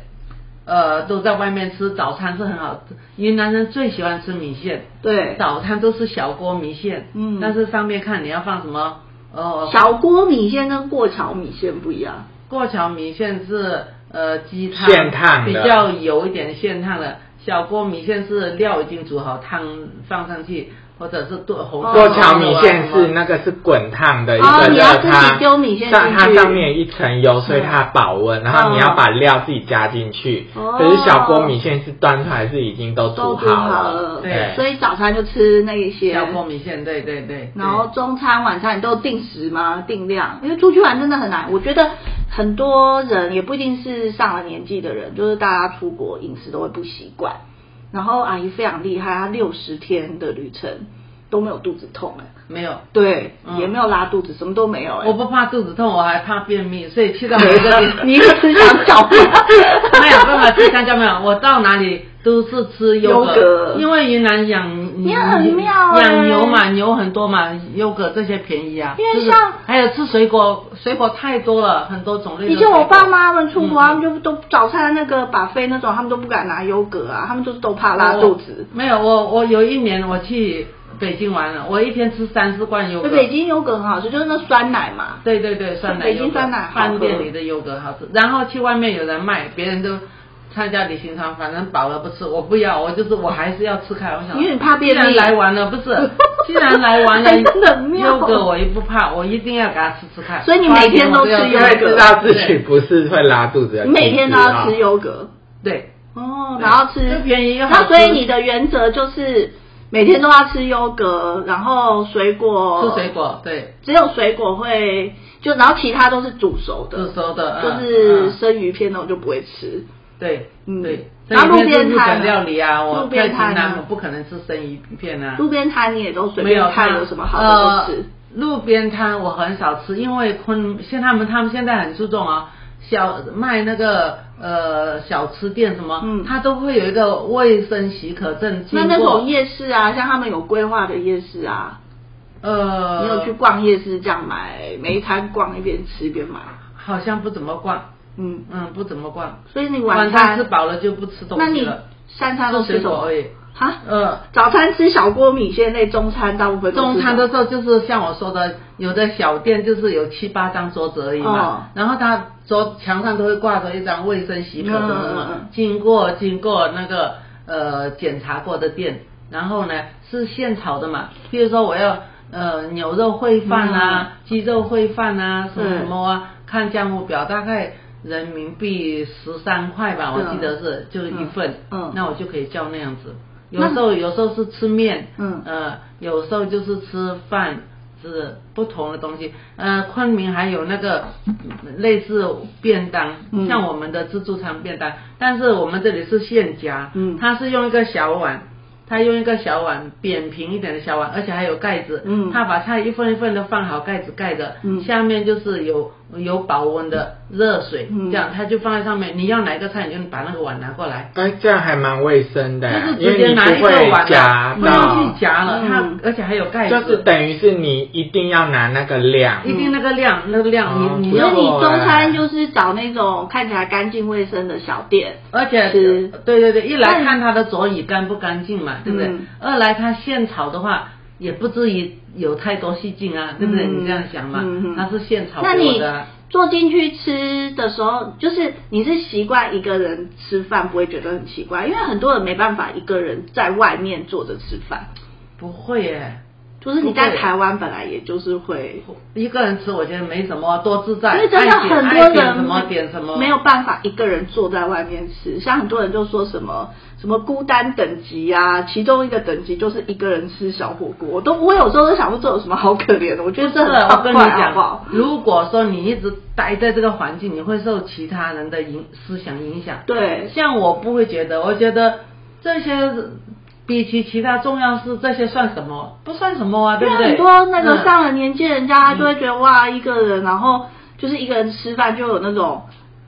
[SPEAKER 3] 呃都在外面吃早餐是很好吃，云南人最喜欢吃米线，
[SPEAKER 2] 对，
[SPEAKER 3] 早餐都是小锅米线，
[SPEAKER 2] 嗯
[SPEAKER 3] 但是上面看你要放什么，哦，
[SPEAKER 2] 小锅米线跟过桥米线不一样，
[SPEAKER 3] 过桥米线是呃鸡汤，
[SPEAKER 1] 现烫的
[SPEAKER 3] 比较油一点现烫的，小锅米线是料已经煮好汤放上去，或者是炖红烧
[SPEAKER 1] 过
[SPEAKER 3] 肉啊
[SPEAKER 1] 桥米线
[SPEAKER 3] 什
[SPEAKER 1] 是
[SPEAKER 3] 么
[SPEAKER 1] 那个是滚烫的一
[SPEAKER 2] 哦
[SPEAKER 1] 个
[SPEAKER 2] 你要
[SPEAKER 1] 热
[SPEAKER 2] 自己
[SPEAKER 1] 汤，
[SPEAKER 2] 丢米线
[SPEAKER 1] 上它
[SPEAKER 2] 进去嗯
[SPEAKER 1] 上面有一层油，所以它保温，然后你要把料自己加进去。
[SPEAKER 2] 哦
[SPEAKER 1] 可是小锅米线是端出来是已经都
[SPEAKER 2] 都
[SPEAKER 1] 煮
[SPEAKER 2] 煮好
[SPEAKER 1] 了，
[SPEAKER 3] 对
[SPEAKER 2] 所以早餐就吃那一些，
[SPEAKER 3] 小锅米线，对对对，
[SPEAKER 2] 然后中餐、晚餐你都有定时吗？定量？因为出去玩真的很难。我觉得很多人也不一定是上了年纪的人，就是大家出国饮食都会不习惯。然后阿姨非常厉害，她六十天的旅程都没有肚子痛哎、
[SPEAKER 3] 对没有。
[SPEAKER 2] 对，
[SPEAKER 3] 嗯
[SPEAKER 2] 也没有拉肚子，什么都没有哎、
[SPEAKER 3] 我不怕肚子痛，我还怕便秘，所以去到
[SPEAKER 2] ，
[SPEAKER 3] 每一个地方
[SPEAKER 2] 你一个吃香蕉，
[SPEAKER 3] 没有办法吃香蕉，没有，我到哪里都是吃优
[SPEAKER 2] 优格
[SPEAKER 3] 格，因为云南养嗯
[SPEAKER 2] 也很妙欸
[SPEAKER 3] 养牛嘛，牛很多嘛，优格这些便宜啊。
[SPEAKER 2] 因为
[SPEAKER 3] 就是
[SPEAKER 2] 像
[SPEAKER 3] 还有吃水果，水果太多了，很多种类的
[SPEAKER 2] 以
[SPEAKER 3] 水果。
[SPEAKER 2] 前我爸妈他们出国，
[SPEAKER 3] 嗯
[SPEAKER 2] 他们就都早餐那个把费那种，他们都不敢拿优格啊，他们就是都怕拉
[SPEAKER 3] 哦
[SPEAKER 2] 肚子。
[SPEAKER 3] 我没有，我我有一年我去北京玩了，我一天吃三四罐优格。
[SPEAKER 2] 北京优格很好吃，就是那酸奶嘛。
[SPEAKER 3] 对对对，酸奶
[SPEAKER 2] 北京
[SPEAKER 3] 优格
[SPEAKER 2] 酸奶好喝
[SPEAKER 3] 饭店里的优格好吃，然后去外面有人卖，别人都参加旅行团，反正饱了不吃，我不要，我就是我还是要吃开，我想
[SPEAKER 2] 因为你怕便秘
[SPEAKER 3] 既然来玩了，不 是，既然来玩了，
[SPEAKER 2] 真的很妙
[SPEAKER 3] 优格我也不怕，我一定要给他吃吃看。
[SPEAKER 2] 所以你每天都吃
[SPEAKER 3] 花钱
[SPEAKER 1] 因
[SPEAKER 3] 我都要
[SPEAKER 1] 为
[SPEAKER 2] 优格
[SPEAKER 1] 知道自己 不是会拉肚子的体
[SPEAKER 2] 你
[SPEAKER 1] 质啊，
[SPEAKER 2] 每天都要吃优格
[SPEAKER 3] 对，
[SPEAKER 2] 哦，
[SPEAKER 3] 对
[SPEAKER 2] 然后吃
[SPEAKER 3] 又便宜又好
[SPEAKER 2] 那
[SPEAKER 3] 吃
[SPEAKER 2] 所以你的原则就是每天都要吃优格，然后水果
[SPEAKER 3] 吃水，果，对，
[SPEAKER 2] 只有水果会，就然后其他都是煮熟的，
[SPEAKER 3] 煮熟的
[SPEAKER 2] 就
[SPEAKER 3] 嗯
[SPEAKER 2] 是
[SPEAKER 3] 嗯
[SPEAKER 2] 生鱼片那种就不会吃。
[SPEAKER 3] 对，
[SPEAKER 2] 嗯
[SPEAKER 3] 对。
[SPEAKER 2] 然后
[SPEAKER 3] 生鱼
[SPEAKER 2] 路边
[SPEAKER 3] 片是日
[SPEAKER 2] 摊
[SPEAKER 3] 本料理啊，
[SPEAKER 2] 路
[SPEAKER 3] 我
[SPEAKER 2] 边
[SPEAKER 3] 在
[SPEAKER 2] 摊
[SPEAKER 3] 云
[SPEAKER 2] 啊
[SPEAKER 3] 南我不可能吃生鱼片啊。
[SPEAKER 2] 路边摊你也都随
[SPEAKER 3] 没
[SPEAKER 2] 便
[SPEAKER 3] 有
[SPEAKER 2] 看
[SPEAKER 3] 它
[SPEAKER 2] 有什么好的就吃。
[SPEAKER 3] 呃、路边摊我很少吃，因为昆像他们他们现在很注重啊、小卖那个呃小吃店什么，
[SPEAKER 2] 嗯
[SPEAKER 3] 它都会有一个卫生许可证经
[SPEAKER 2] 那
[SPEAKER 3] 过。
[SPEAKER 2] 那种夜市啊，像他们有规划的夜市啊，
[SPEAKER 3] 呃，
[SPEAKER 2] 你有去？逛夜市这样买，每一摊逛一边吃一边买。
[SPEAKER 3] 好像不怎么逛，
[SPEAKER 2] 嗯，
[SPEAKER 3] 嗯，不怎么逛。
[SPEAKER 2] 所以你
[SPEAKER 3] 晚
[SPEAKER 2] 餐
[SPEAKER 3] 吃饱了就不吃东
[SPEAKER 2] 那
[SPEAKER 3] 西
[SPEAKER 2] 你
[SPEAKER 3] 了，
[SPEAKER 2] 三餐都
[SPEAKER 3] 吃水
[SPEAKER 2] 吃什
[SPEAKER 3] 果
[SPEAKER 2] 么
[SPEAKER 3] 而？已。
[SPEAKER 2] 哈，
[SPEAKER 3] 呃，
[SPEAKER 2] 早餐吃小锅米线类，中餐大部分都吃
[SPEAKER 3] 中餐
[SPEAKER 2] 什
[SPEAKER 3] 的
[SPEAKER 2] 么
[SPEAKER 3] 时候就是像我说的，有的小店就是有七八张桌子而已嘛，
[SPEAKER 2] 哦
[SPEAKER 3] 然后他桌墙上都会挂着一张卫生许可什么什么，
[SPEAKER 2] 嗯嗯嗯
[SPEAKER 3] 经过经过那个呃检查过的店，然后呢是现炒的嘛，比如说我要呃牛肉烩饭
[SPEAKER 2] 嗯
[SPEAKER 3] 啊、鸡肉烩饭啊什么什么啊，看价目表大概。人民币十三块吧，我
[SPEAKER 2] 嗯
[SPEAKER 3] 记得是，就是一份，
[SPEAKER 2] 嗯嗯
[SPEAKER 3] 那我就可以叫那样子。有
[SPEAKER 2] 那
[SPEAKER 3] 时候有时候是吃面，
[SPEAKER 2] 嗯
[SPEAKER 3] 呃，有时候就是吃饭，吃不同的东西。呃，昆明还有那个嗯类似便当，
[SPEAKER 2] 嗯
[SPEAKER 3] 像我们的自助餐便当，但是我们这里是现夹，
[SPEAKER 2] 嗯
[SPEAKER 3] 它是用一个小碗。它用一个小碗，扁平一点的小碗，而且还有盖子。
[SPEAKER 2] 嗯
[SPEAKER 3] 它把菜一份一份的放好，盖子盖着。
[SPEAKER 2] 嗯
[SPEAKER 3] 下面就是有有保温的热水，
[SPEAKER 2] 嗯
[SPEAKER 3] 这样它就放在上面。你要哪一个菜，你就把那个碗拿过来。
[SPEAKER 1] 哎，这样还蛮卫生的，
[SPEAKER 3] 就是
[SPEAKER 1] 哎因
[SPEAKER 3] 直
[SPEAKER 1] 为
[SPEAKER 3] 接
[SPEAKER 1] 你
[SPEAKER 3] 拿一
[SPEAKER 1] 不
[SPEAKER 3] 个
[SPEAKER 1] 会
[SPEAKER 3] 碗
[SPEAKER 2] 啊
[SPEAKER 1] 夹
[SPEAKER 3] 不用
[SPEAKER 1] 到
[SPEAKER 3] 去，夹了，它
[SPEAKER 2] 嗯
[SPEAKER 3] 而且还有盖
[SPEAKER 1] 就
[SPEAKER 3] 子，
[SPEAKER 1] 是等于是你一定要拿那个
[SPEAKER 2] 嗯
[SPEAKER 1] 量
[SPEAKER 3] 一。定那个量，那个
[SPEAKER 1] 哦
[SPEAKER 3] 量你你
[SPEAKER 1] 不
[SPEAKER 2] 所
[SPEAKER 1] 用
[SPEAKER 2] 以
[SPEAKER 3] 要，
[SPEAKER 2] 你中餐就是找那种看起来干净卫生的小店，
[SPEAKER 3] 而且
[SPEAKER 2] 是
[SPEAKER 3] 对对对，一来
[SPEAKER 2] 但
[SPEAKER 3] 看它的佐椅干不干净嘛，对不对
[SPEAKER 2] 嗯？
[SPEAKER 3] 二来它现炒的话。也不至于有太多细菌啊，对不对？
[SPEAKER 2] 嗯
[SPEAKER 3] 你这样想嘛
[SPEAKER 2] 嗯嗯，
[SPEAKER 3] 它是现炒
[SPEAKER 2] 那
[SPEAKER 3] 过
[SPEAKER 2] 你
[SPEAKER 3] 的啊，
[SPEAKER 2] 坐进去吃的时候，就是你是习惯一个人吃饭，不会觉得很奇怪，因为很多人没办法一个人在外面坐着吃饭，
[SPEAKER 3] 不会耶。
[SPEAKER 2] 就是你
[SPEAKER 3] 不
[SPEAKER 2] 在
[SPEAKER 3] 会
[SPEAKER 2] 台湾本来也就是会，
[SPEAKER 3] 一个人吃我觉得没什么，多自在。
[SPEAKER 2] 因为真的
[SPEAKER 3] 爱点
[SPEAKER 2] 很
[SPEAKER 3] 爱
[SPEAKER 2] 多
[SPEAKER 3] 点什
[SPEAKER 2] 人
[SPEAKER 3] 么点什么，
[SPEAKER 2] 没有办法一个人坐在外面吃，像很多人就说什么什么孤单等级啊，其中一个等级就是一个人吃小火锅，我都我有时候都想说这有什么好可怜的，我觉得这
[SPEAKER 3] 真
[SPEAKER 2] 很
[SPEAKER 3] 啊的，我跟
[SPEAKER 2] 畅快
[SPEAKER 3] 你
[SPEAKER 2] 好不
[SPEAKER 3] 讲
[SPEAKER 2] 好，？
[SPEAKER 3] 如果说你一直待在这个环境，你会受其他人的影思想影响。
[SPEAKER 2] 对，
[SPEAKER 3] 像我不会觉得，我觉得这些比起其他重要事，这些算什么？不算什么啊，
[SPEAKER 2] 因
[SPEAKER 3] 对
[SPEAKER 2] 为
[SPEAKER 3] 不对？
[SPEAKER 2] 很多那个
[SPEAKER 3] 嗯
[SPEAKER 2] 上了年纪的人家，他就会觉得哇，一个人，然后就是一个人吃饭就有那种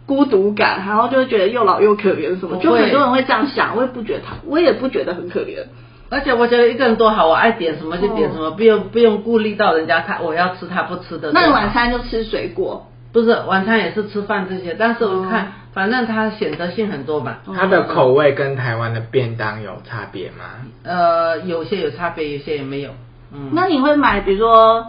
[SPEAKER 2] 孤独感，然后就会觉得又老又可怜什么，
[SPEAKER 3] 不会啊
[SPEAKER 2] 就很多人会这样想，我也不觉得他，我也不觉得很可怜。
[SPEAKER 3] 而且我觉得一个人多好，我爱点什么就点什么，不用不用顾虑到人家他我要吃他不吃的。
[SPEAKER 2] 哦那
[SPEAKER 3] 对
[SPEAKER 2] 你
[SPEAKER 3] 吧
[SPEAKER 2] 晚餐就吃水果，
[SPEAKER 3] 不是晚餐也是吃饭这些，但是我看、
[SPEAKER 2] 哦
[SPEAKER 3] 反正他选择性很多
[SPEAKER 2] 嗯
[SPEAKER 3] 吧。
[SPEAKER 1] 它的口味跟台湾的便当有差别吗？
[SPEAKER 3] 呃，有些有差别，有些也没有。嗯，
[SPEAKER 2] 那你会买比如说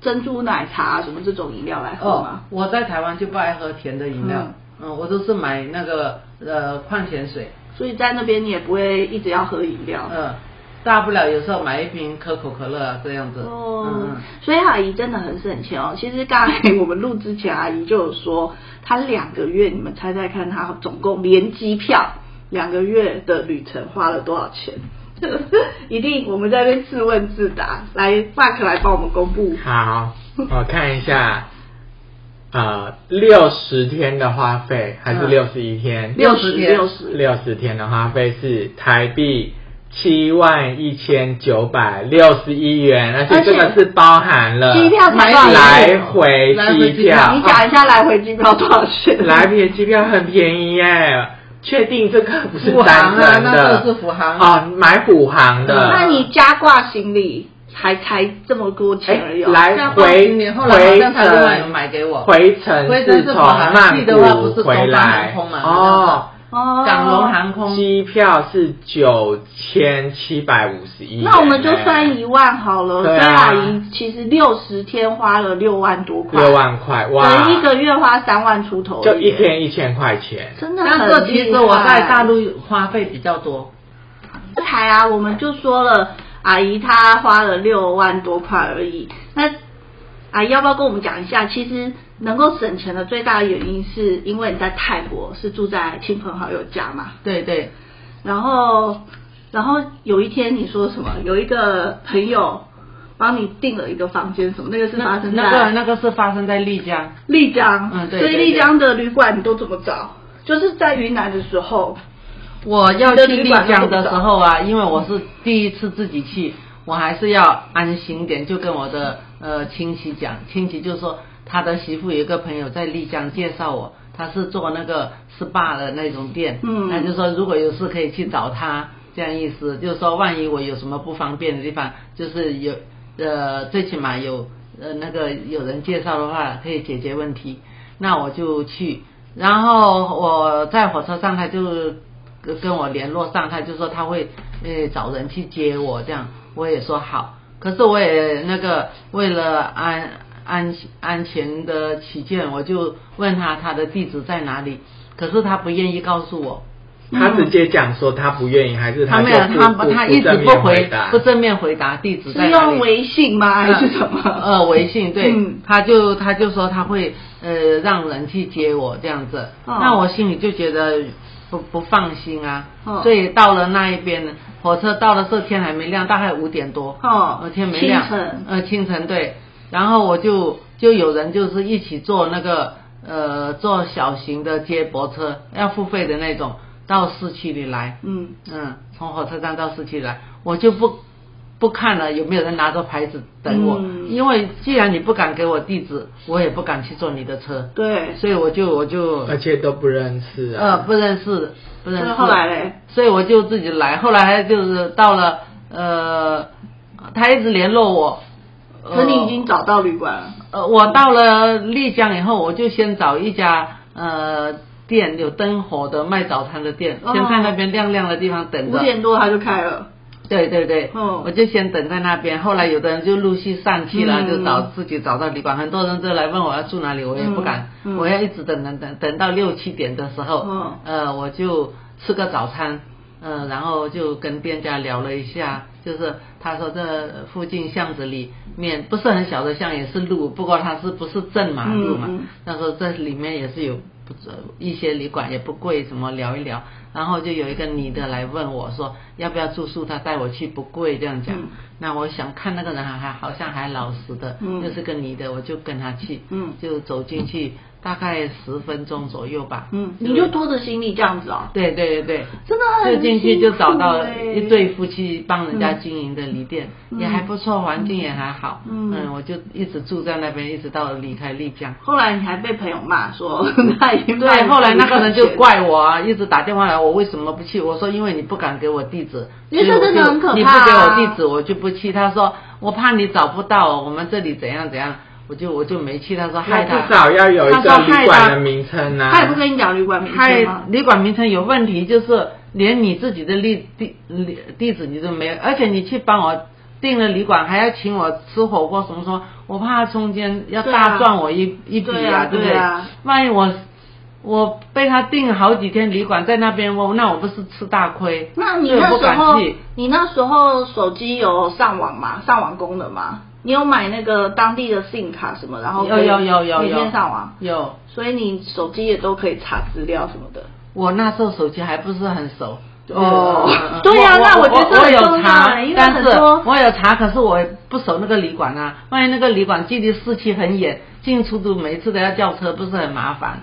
[SPEAKER 2] 珍珠奶茶什么这种饮料来喝
[SPEAKER 3] 哦
[SPEAKER 2] 吗？，
[SPEAKER 3] 我在台湾就不爱喝甜的饮料，嗯我都是买那个呃矿泉水，
[SPEAKER 2] 所以在那边你也不会一直要喝饮料。
[SPEAKER 3] 嗯，大不了有时候买一瓶可口可乐啊这样子，
[SPEAKER 2] 哦
[SPEAKER 3] 嗯，
[SPEAKER 2] 所以阿姨真的很省钱哦。其实刚才我们录之前，阿啊姨就有说，她两个月，你们猜猜看，她总共连机票两个月的旅程花了多少钱？一定，我们在那边自问自答。来，Mark 来帮我们公布。
[SPEAKER 1] 好，我看一下，呃，六十天的花费还是
[SPEAKER 3] 嗯
[SPEAKER 1] 六十一天？
[SPEAKER 3] 六十天
[SPEAKER 2] 六十，
[SPEAKER 1] 六十天的花费是台币七万一千九百六十一元，而且这
[SPEAKER 2] 而
[SPEAKER 1] 个
[SPEAKER 2] 且
[SPEAKER 1] 是包含了
[SPEAKER 2] 机票才
[SPEAKER 3] 买
[SPEAKER 2] 多少钱？
[SPEAKER 1] 来回
[SPEAKER 3] 来回
[SPEAKER 1] 机
[SPEAKER 3] 机票
[SPEAKER 1] 票，
[SPEAKER 2] 你讲一下来回机票多少钱？
[SPEAKER 1] 来回机票很便宜耶。确定这个不是
[SPEAKER 3] 虎
[SPEAKER 1] 单
[SPEAKER 3] 航啊
[SPEAKER 1] 人的，
[SPEAKER 3] 那个是虎航
[SPEAKER 1] 哦，买虎航的。
[SPEAKER 2] 那你加挂行李还才这么多钱
[SPEAKER 3] 哎
[SPEAKER 2] 而已、哦。
[SPEAKER 1] 哎来
[SPEAKER 3] 像报
[SPEAKER 1] 回
[SPEAKER 3] 今年后来好
[SPEAKER 1] 回
[SPEAKER 3] 像台湾有
[SPEAKER 1] 程
[SPEAKER 3] 买给我
[SPEAKER 1] 回程
[SPEAKER 3] 回程
[SPEAKER 1] 是
[SPEAKER 3] 是
[SPEAKER 1] 从
[SPEAKER 3] 从
[SPEAKER 1] 曼
[SPEAKER 3] 航去的话不
[SPEAKER 1] 谷
[SPEAKER 3] 是从
[SPEAKER 1] 回来
[SPEAKER 3] 港航空嘛
[SPEAKER 1] 哦，
[SPEAKER 2] 哦，
[SPEAKER 3] 港龙航空
[SPEAKER 1] 机票是九千七百五十一，欸
[SPEAKER 2] 那我们就算一万好了，所
[SPEAKER 1] 对
[SPEAKER 2] 以
[SPEAKER 1] 啊
[SPEAKER 2] 阿姨其实六十天花了六万多块，
[SPEAKER 1] 六万块哇，
[SPEAKER 2] 等于一个月花三万出头，
[SPEAKER 1] 就一，天一千块钱，
[SPEAKER 2] 真的很
[SPEAKER 3] 但是其
[SPEAKER 2] 厉
[SPEAKER 3] 实
[SPEAKER 2] 害
[SPEAKER 3] 我在大陆花费比较多，
[SPEAKER 2] 台啊，我们就说了，阿姨她花了六万多块而已。那阿姨要不要跟我们讲一下？其实能够省钱的最大的原因，是因为你在泰国是住在亲朋好友家嘛，
[SPEAKER 3] 对对，
[SPEAKER 2] 然后，然后有一天你说什么？有一个朋友帮你订了一个房间什么，那个是发生在
[SPEAKER 3] 那个那个是发生在丽江，
[SPEAKER 2] 丽江，
[SPEAKER 3] 嗯对
[SPEAKER 2] 所以
[SPEAKER 3] 对对
[SPEAKER 2] 丽江的旅馆你都怎么找？就是在云南的时候，
[SPEAKER 3] 我要去丽江的时候啊，
[SPEAKER 2] 你的旅馆都不找
[SPEAKER 3] 因为我是第一次自己去，我还是要安心点，就跟我的呃亲戚讲，亲戚就说他的媳妇有一个朋友在丽江介绍我，他是做那个 SPA 的那种店，
[SPEAKER 2] 嗯
[SPEAKER 3] 他就说如果有事可以去找他，这样意思，就是说万一我有什么不方便的地方，就是有呃最起码有呃那个有人介绍的话可以解决问题，那我就去，然后我在火车上他就跟跟我联络上，他就说他会呃找人去接我，这样我也说好。可是我也那个为了安安安全的起见，我就问他他的地址在哪里，可是他不愿意告诉我。
[SPEAKER 1] 他直接讲说他不愿意，还是
[SPEAKER 3] 他
[SPEAKER 1] 就
[SPEAKER 3] 没有，
[SPEAKER 1] 不
[SPEAKER 3] 他
[SPEAKER 1] 不
[SPEAKER 3] 他一直
[SPEAKER 1] 正
[SPEAKER 3] 不
[SPEAKER 1] 面
[SPEAKER 3] 回
[SPEAKER 1] 答，
[SPEAKER 3] 不正面回答地址在
[SPEAKER 2] 是
[SPEAKER 3] 哪里
[SPEAKER 2] 用。微信吗？还是什么？
[SPEAKER 3] 嗯呃，微信对，
[SPEAKER 2] 嗯
[SPEAKER 3] 他就他就说他会呃让人去接我这样子，
[SPEAKER 2] 哦
[SPEAKER 3] 那我心里就觉得不不放心啊，
[SPEAKER 2] 哦
[SPEAKER 3] 所以到了那一边呢，火车到的时候天还没亮，大概五点多，
[SPEAKER 2] 哦
[SPEAKER 3] 呃天没
[SPEAKER 2] 清
[SPEAKER 3] 亮，
[SPEAKER 2] 晨
[SPEAKER 3] 呃清晨对，然后我就就有人就是一起坐那个呃坐小型的接驳车，要付费的那种，到市区里来，
[SPEAKER 2] 嗯，
[SPEAKER 3] 嗯，从火车站到市区来，我就不不看了有没有人拿着牌子等我，
[SPEAKER 2] 嗯
[SPEAKER 3] 因为既然你不敢给我地址，我也不敢去坐你的车，
[SPEAKER 2] 对，
[SPEAKER 3] 所以我就我就
[SPEAKER 1] 而且都不认识
[SPEAKER 3] 呃
[SPEAKER 1] 啊。
[SPEAKER 3] 不认识不认识，
[SPEAKER 2] 那后来嘞，
[SPEAKER 3] 所以我就自己来，后来就是到了呃，他一直联络我，呃
[SPEAKER 2] 可你已经找到旅馆了。
[SPEAKER 3] 呃，我到了丽江以后，我就先找一家呃店有灯火的卖早餐的店，
[SPEAKER 2] 哦
[SPEAKER 3] 先在那边亮亮的地方等
[SPEAKER 2] 五
[SPEAKER 3] 着。
[SPEAKER 2] 点多他就开了，
[SPEAKER 3] 对对对，
[SPEAKER 2] 哦
[SPEAKER 3] 我就先等在那边，后来有的人就陆续上去了，
[SPEAKER 2] 嗯
[SPEAKER 3] 就找自己找到旅馆，很多人都来问我要住哪里，我也不敢，
[SPEAKER 2] 嗯嗯
[SPEAKER 3] 我要一直等等等等到六七点的时候，
[SPEAKER 2] 哦
[SPEAKER 3] 呃，我就吃个早餐，呃，然后就跟店家聊了一下，就是他说这附近巷子里面不是很小的巷，也是路，不过它是不是正马路嘛，
[SPEAKER 2] 嗯嗯
[SPEAKER 3] 他说这里面也是有不一些旅馆也不贵，什么聊一聊。然后就有一个女的来问我说要不要住宿，她带我去不贵这样讲。
[SPEAKER 2] 嗯
[SPEAKER 3] 那我想看那个人还还好像还老实的，
[SPEAKER 2] 嗯
[SPEAKER 3] 又是个女的，我就跟她去，
[SPEAKER 2] 嗯
[SPEAKER 3] 就走进去大概十分钟左右吧，
[SPEAKER 2] 嗯，你就拖着行李这样子哦，
[SPEAKER 3] 对对对对，
[SPEAKER 2] 真的很
[SPEAKER 3] 就进去就找到
[SPEAKER 2] 辛苦欸
[SPEAKER 3] 一对夫妻帮人家经营的旅店，
[SPEAKER 2] 嗯
[SPEAKER 3] 也还不错，环境也还好。
[SPEAKER 2] 嗯
[SPEAKER 3] 我就一直住在那边，一直到离开丽江。
[SPEAKER 2] 后来你还被朋友骂说 他已经帮
[SPEAKER 3] 对，
[SPEAKER 2] 你
[SPEAKER 3] 后来那个人就
[SPEAKER 2] 付钱，
[SPEAKER 3] 怪我啊，一直打电话来，我为什么不去？我说因为你不敢给我地址，
[SPEAKER 2] 因为这
[SPEAKER 3] 所以我
[SPEAKER 2] 真的
[SPEAKER 3] 就
[SPEAKER 2] 很可
[SPEAKER 3] 你
[SPEAKER 2] 怕
[SPEAKER 3] 不给我
[SPEAKER 2] 啊
[SPEAKER 3] 地址，我就不去。他说我怕你找不到，我们这里怎样怎样，我就我就没去。他说害他，
[SPEAKER 1] 那至少要有一
[SPEAKER 3] 他
[SPEAKER 1] 个
[SPEAKER 3] 说害
[SPEAKER 1] 旅
[SPEAKER 3] 他
[SPEAKER 1] 馆的名称啊呐、
[SPEAKER 2] 啊他也不跟你讲旅馆名称
[SPEAKER 3] 嗨
[SPEAKER 2] 吗，？
[SPEAKER 3] 旅馆名称有问题，就是连你自己的地地地地址你都没有，而且你去帮我订了旅馆，还要请我吃火锅什么什么，我怕中间要
[SPEAKER 2] 对啊
[SPEAKER 3] 大赚我一、一笔
[SPEAKER 2] 对啊
[SPEAKER 3] 对不
[SPEAKER 2] 对啊
[SPEAKER 3] 万一我我被他订好几天旅馆在那边，我那我不是吃大亏？
[SPEAKER 2] 那你
[SPEAKER 3] 所以我
[SPEAKER 2] 那
[SPEAKER 3] 不
[SPEAKER 2] 时
[SPEAKER 3] 敢
[SPEAKER 2] 候
[SPEAKER 3] 去。，
[SPEAKER 2] 你那时候手机有上网吗？上网功能吗？你有买那个当地的 SIM 卡什么，然后
[SPEAKER 3] 有有有有
[SPEAKER 2] 每
[SPEAKER 3] 有
[SPEAKER 2] 天上网，
[SPEAKER 3] 有，
[SPEAKER 2] 所以你手机也都可以查资料什么的。
[SPEAKER 3] 我那时候手机还不是很熟。
[SPEAKER 2] 哦
[SPEAKER 3] 嗯
[SPEAKER 2] 对呀那
[SPEAKER 3] 我
[SPEAKER 2] 我觉得
[SPEAKER 3] 我
[SPEAKER 2] 很
[SPEAKER 3] 有
[SPEAKER 2] 重要啊
[SPEAKER 3] 查
[SPEAKER 2] 因为，
[SPEAKER 3] 但
[SPEAKER 2] 很
[SPEAKER 3] 是
[SPEAKER 2] 多
[SPEAKER 3] 我有查，可是我不熟那个旅馆啊。万一那个旅馆距离市区很远，进出都每次都要叫车，不是很麻烦？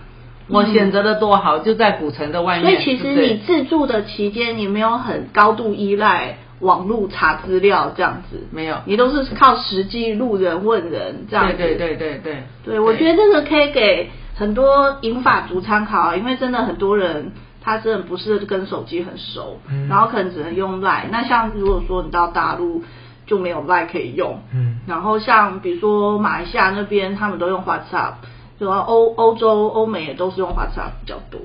[SPEAKER 3] 我
[SPEAKER 2] 嗯
[SPEAKER 3] 选择的多好，就在古城的外面。
[SPEAKER 2] 所以其实
[SPEAKER 3] 对不对
[SPEAKER 2] 你自助的期间，你没有很高度依赖网络查资料这样子，
[SPEAKER 3] 没有
[SPEAKER 2] 你都是靠实际路人问人这样子。
[SPEAKER 3] 对对对对对，
[SPEAKER 2] 对，我觉得这个可以给很多银发族参考啊，因为真的很多人他真的不是跟手机很熟，
[SPEAKER 1] 嗯
[SPEAKER 2] 然后可能只能用 Line。那像如果说你到大陆就没有 Line 可以用，
[SPEAKER 1] 嗯，
[SPEAKER 2] 然后像比如说马来西亚那边，他们都用 WhatsApp，然后欧欧洲、欧美也都是用 WhatsApp 比较多，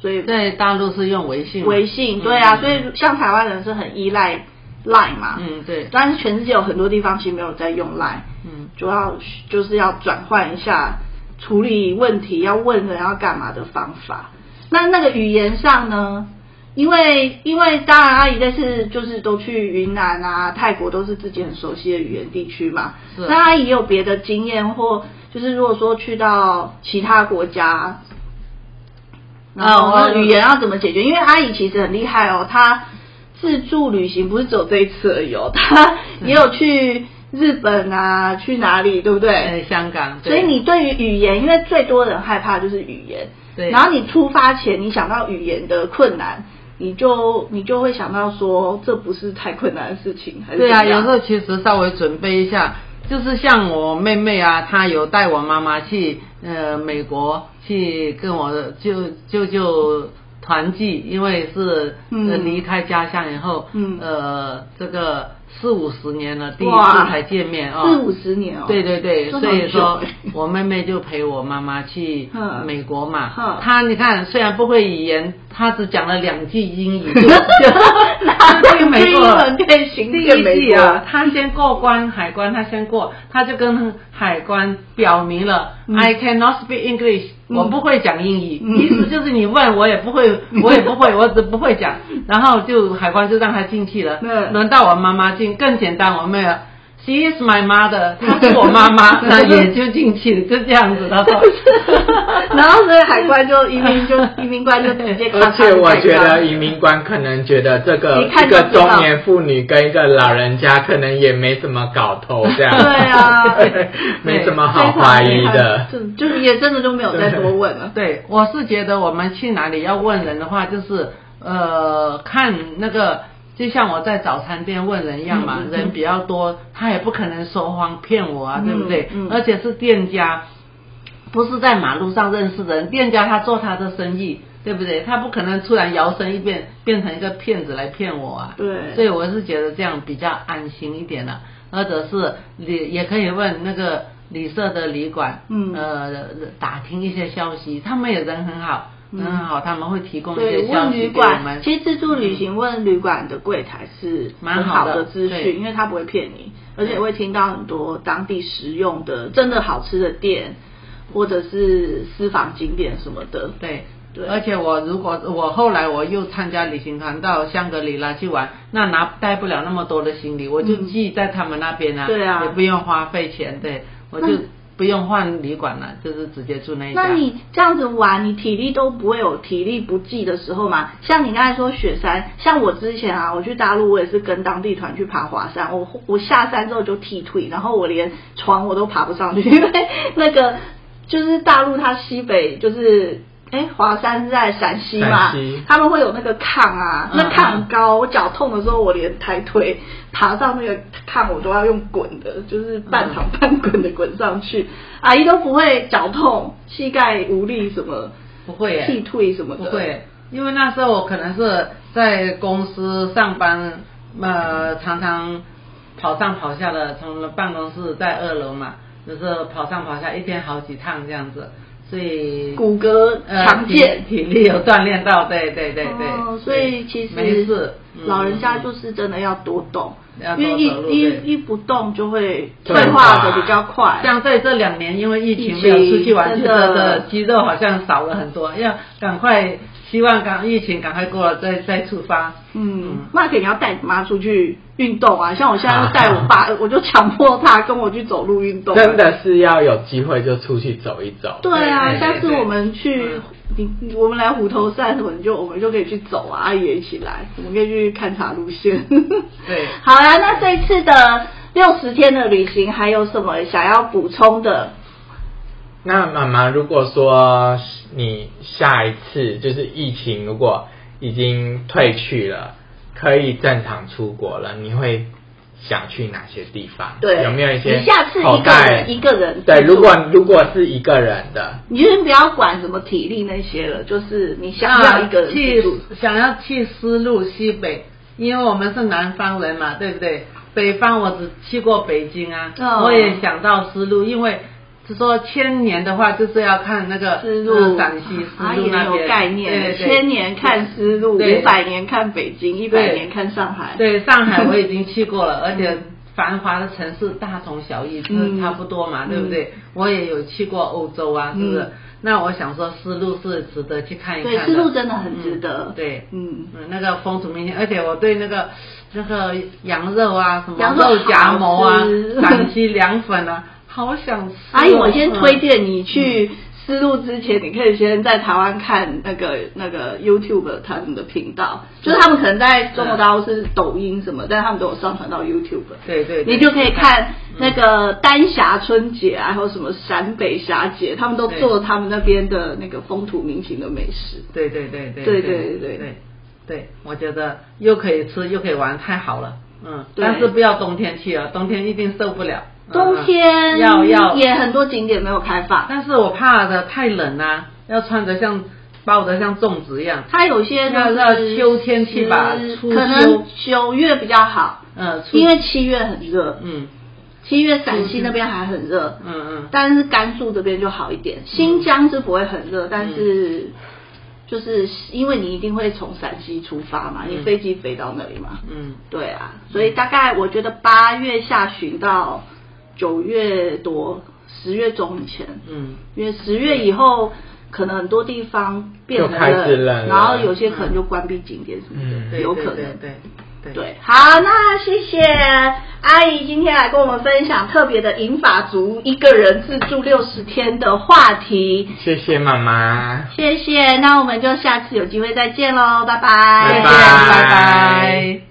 [SPEAKER 2] 所以
[SPEAKER 3] 在大陆是用微信嘛，
[SPEAKER 2] 微信对啊，
[SPEAKER 3] 嗯
[SPEAKER 2] 所以像台湾人是很依赖 Line 嘛，
[SPEAKER 3] 嗯对，
[SPEAKER 2] 但是全世界有很多地方其实没有在用 Line，
[SPEAKER 3] 嗯
[SPEAKER 2] 主要就是要转换一下处理问题、要问人要干嘛的方法。那那个语言上呢？因为因为当然阿姨这次就是都去云南啊、泰国都是自己很熟悉的语言地区嘛。
[SPEAKER 3] 是
[SPEAKER 2] 那阿姨有别的经验或就是如果说去到其他国家，然后
[SPEAKER 3] 啊我
[SPEAKER 2] 那嗯语言要怎么解决？因为阿姨其实很厉
[SPEAKER 3] 嗯
[SPEAKER 2] 害哦，她自助旅行不是只有这一次而已哦，她也有去日本啊，去哪里，对不
[SPEAKER 3] 呃
[SPEAKER 2] 对？
[SPEAKER 3] 香港，对
[SPEAKER 2] 所以你对于语言，因为最多人害怕就是语言，
[SPEAKER 3] 对
[SPEAKER 2] 然后你出发前，你想到语言的困难，你就你就会想到说，这不是太困难的事情，还是
[SPEAKER 3] 对啊，
[SPEAKER 2] 怎么
[SPEAKER 3] 有
[SPEAKER 2] 样
[SPEAKER 3] 时候其实稍微准备一下，就是像我妹妹啊，她有带我妈妈去呃美国去跟我的舅舅舅团聚，因为是、呃
[SPEAKER 2] 嗯
[SPEAKER 3] 离开家乡以后，
[SPEAKER 2] 嗯
[SPEAKER 3] 呃这个四五十年了，第一
[SPEAKER 2] 哇
[SPEAKER 3] 次才见面啊、哦，
[SPEAKER 2] 四五十年哦，
[SPEAKER 3] 对对对，
[SPEAKER 2] 这么
[SPEAKER 3] 所以
[SPEAKER 2] 久
[SPEAKER 3] 说我妹妹就陪我妈妈去
[SPEAKER 2] 嗯
[SPEAKER 3] 美国嘛
[SPEAKER 2] 嗯。，
[SPEAKER 3] 她你看，虽然不会语言，她只讲了两句英语
[SPEAKER 2] 哪
[SPEAKER 3] 就去
[SPEAKER 2] 有
[SPEAKER 3] 美国
[SPEAKER 2] 英文可以行
[SPEAKER 3] 第
[SPEAKER 2] 遍美
[SPEAKER 3] 一句啊
[SPEAKER 2] 国，
[SPEAKER 3] 她啊先过关，海关她先过，她就跟海关表明了、
[SPEAKER 2] 嗯
[SPEAKER 3] I cannot speak English，、
[SPEAKER 2] 嗯
[SPEAKER 3] 我不会讲英语，
[SPEAKER 2] 嗯
[SPEAKER 3] 意思就是你问我也不会，我也不会，我只不会讲。然后就海关就让她进去了。
[SPEAKER 2] 嗯
[SPEAKER 3] 轮到我妈妈进，更简单，我妹儿。She is my mother，她是我妈妈，那也就进去了，就这样子的话。
[SPEAKER 2] 然后所以海关就移民就移民官就直接咔
[SPEAKER 1] 而
[SPEAKER 2] 嚓
[SPEAKER 1] 且
[SPEAKER 2] 就
[SPEAKER 1] 我
[SPEAKER 2] 开
[SPEAKER 1] 觉
[SPEAKER 2] 杠
[SPEAKER 1] 得移民官可能觉得这个
[SPEAKER 2] 一看
[SPEAKER 1] 一
[SPEAKER 2] 就
[SPEAKER 1] 个
[SPEAKER 2] 知道
[SPEAKER 1] 中年妇女跟一个老人家可能也没什么搞头这样，
[SPEAKER 2] 对 啊
[SPEAKER 1] 对没什么好怀疑的。
[SPEAKER 2] 就就是也真的就没有再多问 了。
[SPEAKER 3] 对，我是觉得我们去哪里要问人的话，就是呃，看那个，就像我在早餐店问人一样嘛，
[SPEAKER 2] 嗯嗯嗯
[SPEAKER 3] 人比较多，他也不可能说谎骗我啊，
[SPEAKER 2] 嗯
[SPEAKER 3] 对不对？
[SPEAKER 2] 嗯
[SPEAKER 3] 而且是店家，不是在马路上认识的人，店家他做他的生意，对不对？他不可能突然摇身一变变成一个骗子来骗我啊。
[SPEAKER 2] 对
[SPEAKER 3] 所以我是觉得这样比较安心一点了、或者是你也可以问那个旅社的旅馆，
[SPEAKER 2] 嗯
[SPEAKER 3] 呃，打听一些消息，他们也人很好，
[SPEAKER 2] 嗯
[SPEAKER 3] 人很好，他们会提供一
[SPEAKER 2] 对，
[SPEAKER 3] 些消
[SPEAKER 2] 问
[SPEAKER 3] 息
[SPEAKER 2] 旅
[SPEAKER 3] 给我
[SPEAKER 2] 馆，
[SPEAKER 3] 们。
[SPEAKER 2] 其实自助旅行问旅馆的柜台是很好
[SPEAKER 3] 蛮好的
[SPEAKER 2] 资
[SPEAKER 3] 对
[SPEAKER 2] 讯，因为他不会骗你，而且
[SPEAKER 3] 对
[SPEAKER 2] 会听到很多当地实用的、真的好吃的店，或者是私房景点什么的。
[SPEAKER 3] 对。
[SPEAKER 2] 对
[SPEAKER 3] 而且我如果我后来我又参加旅行团到香格里拉去玩，那拿带不了那么多的行李，我就
[SPEAKER 2] 嗯
[SPEAKER 3] 寄在他们那边啊，
[SPEAKER 2] 对啊
[SPEAKER 3] 也不用花费钱，对我就
[SPEAKER 2] 那
[SPEAKER 3] 不用换旅馆了，就是直接住那一家。
[SPEAKER 2] 那你这样子玩，你体力都不会有体力不济的时候嘛？像你刚才说雪山，像我之前啊，我去大陆，我也是跟当地团去爬华山，我我下山之后就踢腿，然后我连床我都爬不上去， 因为那个就是大陆它西北就是。哎，华山是在陕西嘛
[SPEAKER 1] 陕西？
[SPEAKER 2] 他们会有那个炕啊，那
[SPEAKER 3] 嗯
[SPEAKER 2] 炕很高。我脚痛的时候，我连抬腿爬上那个炕，我都要用滚的，就是半躺半滚的滚上去。
[SPEAKER 3] 嗯
[SPEAKER 2] 阿姨都不会脚痛、膝盖无力什么，
[SPEAKER 3] 不会耶
[SPEAKER 2] 剃退什么
[SPEAKER 3] 不
[SPEAKER 2] 的，
[SPEAKER 3] 会，因为那时候我可能是在公司上班，呃，常常跑上跑下的，从办公室在二楼嘛，就是跑上跑下，一天好几趟这样子，所以
[SPEAKER 2] 骨骼
[SPEAKER 3] 呃
[SPEAKER 2] 强健。
[SPEAKER 3] 体体力有锻炼到，对对对对，
[SPEAKER 2] 哦，所以其
[SPEAKER 3] 没
[SPEAKER 2] 实
[SPEAKER 3] 事，
[SPEAKER 2] 老人家
[SPEAKER 3] 嗯
[SPEAKER 2] 就是真的要多动，
[SPEAKER 3] 要多
[SPEAKER 2] 因为
[SPEAKER 3] 走路
[SPEAKER 2] 一
[SPEAKER 3] 对
[SPEAKER 2] 一一不动就会
[SPEAKER 1] 退
[SPEAKER 2] 退
[SPEAKER 1] 化
[SPEAKER 2] 化的比较快。
[SPEAKER 3] 嗯像在这两年，因为疫情
[SPEAKER 2] 疫
[SPEAKER 3] 没
[SPEAKER 2] 情
[SPEAKER 3] 有出去玩，
[SPEAKER 2] 真
[SPEAKER 3] 觉
[SPEAKER 2] 的
[SPEAKER 3] 得的肌肉好像少了很多，要赶快，希望赶疫情赶快过了再再出发。
[SPEAKER 2] 嗯，那肯定要带你妈出去运动啊！像我现在都带我 爸，我就强迫他跟我去走路运动。啊
[SPEAKER 1] 真的是要有机会就出去走一走。
[SPEAKER 2] 对啊，
[SPEAKER 3] 对对
[SPEAKER 2] 下次
[SPEAKER 3] 对
[SPEAKER 2] 我们去
[SPEAKER 3] 嗯，
[SPEAKER 2] 你你我们来虎头山什么，你就我们就可以去走啊，阿姨也一起来，我们可以去勘察路线。
[SPEAKER 3] 对
[SPEAKER 2] 好啦，那这一次的六十天的旅行还有什么想要补充的？
[SPEAKER 1] 那妈妈，如果说你下一次就是疫情如果已经退去了，可以正常出国了，你会想去哪些地方？
[SPEAKER 2] 对
[SPEAKER 1] 有没有一些
[SPEAKER 2] 你下次
[SPEAKER 1] 口
[SPEAKER 2] 一个人
[SPEAKER 1] 袋
[SPEAKER 2] 一个人
[SPEAKER 1] 对，
[SPEAKER 2] 自助
[SPEAKER 1] 如果如果是一个人的，
[SPEAKER 2] 你就是不要管什么体力那些了，就是你想
[SPEAKER 3] 啊
[SPEAKER 2] 要一个人自
[SPEAKER 3] 去
[SPEAKER 2] 助。
[SPEAKER 3] 想要去丝路西北，因为我们是南方人嘛，对不对？北方我只去过北京啊，
[SPEAKER 2] 哦
[SPEAKER 3] 我也想到丝路，因为就说千年的话，就是要看那个
[SPEAKER 2] 思
[SPEAKER 3] 呃
[SPEAKER 2] 路，
[SPEAKER 3] 陕西
[SPEAKER 2] 阿
[SPEAKER 3] 丝
[SPEAKER 2] 姨很
[SPEAKER 3] 路那边
[SPEAKER 2] 啊有概念的，
[SPEAKER 3] 对对
[SPEAKER 2] 千年看丝路，
[SPEAKER 3] 对
[SPEAKER 2] 五百年看北京，一百
[SPEAKER 3] 对
[SPEAKER 2] 年看上海。嗯
[SPEAKER 3] 对，上海我已经去过了，而且繁华的城市大同小异，就是差不多嘛，
[SPEAKER 2] 嗯
[SPEAKER 3] 对不对？我也有去过欧洲啊，是不是？
[SPEAKER 2] 嗯
[SPEAKER 3] 那我想说，丝路是值得去看一看
[SPEAKER 2] 对，
[SPEAKER 3] 的。
[SPEAKER 2] 丝路真的很值
[SPEAKER 3] 嗯
[SPEAKER 2] 得。
[SPEAKER 3] 对，
[SPEAKER 2] 嗯。
[SPEAKER 3] 嗯，那个风土民情，而且我对那个那个羊肉啊，什么
[SPEAKER 2] 羊肉
[SPEAKER 3] 肉夹馍啊
[SPEAKER 2] 好吃，
[SPEAKER 3] 陕西凉粉啊，好想吃、哦。
[SPEAKER 2] 哎阿姨，我先推
[SPEAKER 3] 嗯
[SPEAKER 2] 荐你去思路之前，你可以先在台湾看那个那个 YouTube 他们的频道，就是他们可能在中国大陆是抖音什么，但他们都有上传到 YouTube。
[SPEAKER 3] 对对对
[SPEAKER 2] 你就可以看那个丹霞春节啊，还有什么陕北霞节，他们都做他们那边的那个风土民情的美食。
[SPEAKER 3] 对对对对
[SPEAKER 2] 对对
[SPEAKER 3] 对
[SPEAKER 2] 对
[SPEAKER 3] 对对，我觉得又可以吃又可以玩，太好了。嗯，
[SPEAKER 2] 对
[SPEAKER 3] 但是不要冬天去啊，冬天一定受不了。嗯
[SPEAKER 2] 冬天
[SPEAKER 3] 嗯要要
[SPEAKER 2] 也很多景点没有开放，
[SPEAKER 3] 但是我怕的太冷啊，要穿得像包得像粽子一样。
[SPEAKER 2] 它有些就是
[SPEAKER 3] 要要秋天去吧
[SPEAKER 2] 十
[SPEAKER 3] 初秋
[SPEAKER 2] 可能九月比较好，
[SPEAKER 3] 嗯，出
[SPEAKER 2] 因为七月很热，
[SPEAKER 3] 嗯
[SPEAKER 2] 七月陕西那边还很热，
[SPEAKER 3] 嗯嗯嗯
[SPEAKER 2] 但是甘肃这边就好一点，新疆是不会很热，但是就是因为你一定会从陕西出发嘛，你
[SPEAKER 3] 嗯
[SPEAKER 2] 飞机飞到那里嘛，
[SPEAKER 3] 嗯，
[SPEAKER 2] 对啊，所以大概我觉得八月下旬到九月多，十月中以前，
[SPEAKER 3] 嗯，
[SPEAKER 2] 因为十月以后，可能很多地方变成
[SPEAKER 1] 就开始冷了嗯
[SPEAKER 2] 然后有些可能就关闭景点什么的，
[SPEAKER 3] 对
[SPEAKER 2] 有可
[SPEAKER 3] 对
[SPEAKER 2] 能。
[SPEAKER 3] 对对
[SPEAKER 2] 对，好，那谢谢阿姨今天来跟我们分享特别的银发族一个人自助六十天的话题，
[SPEAKER 1] 谢谢妈妈，
[SPEAKER 2] 谢谢。那我们就下次有机会再见喽，拜
[SPEAKER 1] 拜
[SPEAKER 3] 再
[SPEAKER 2] 拜
[SPEAKER 3] 见
[SPEAKER 1] 拜
[SPEAKER 3] 拜拜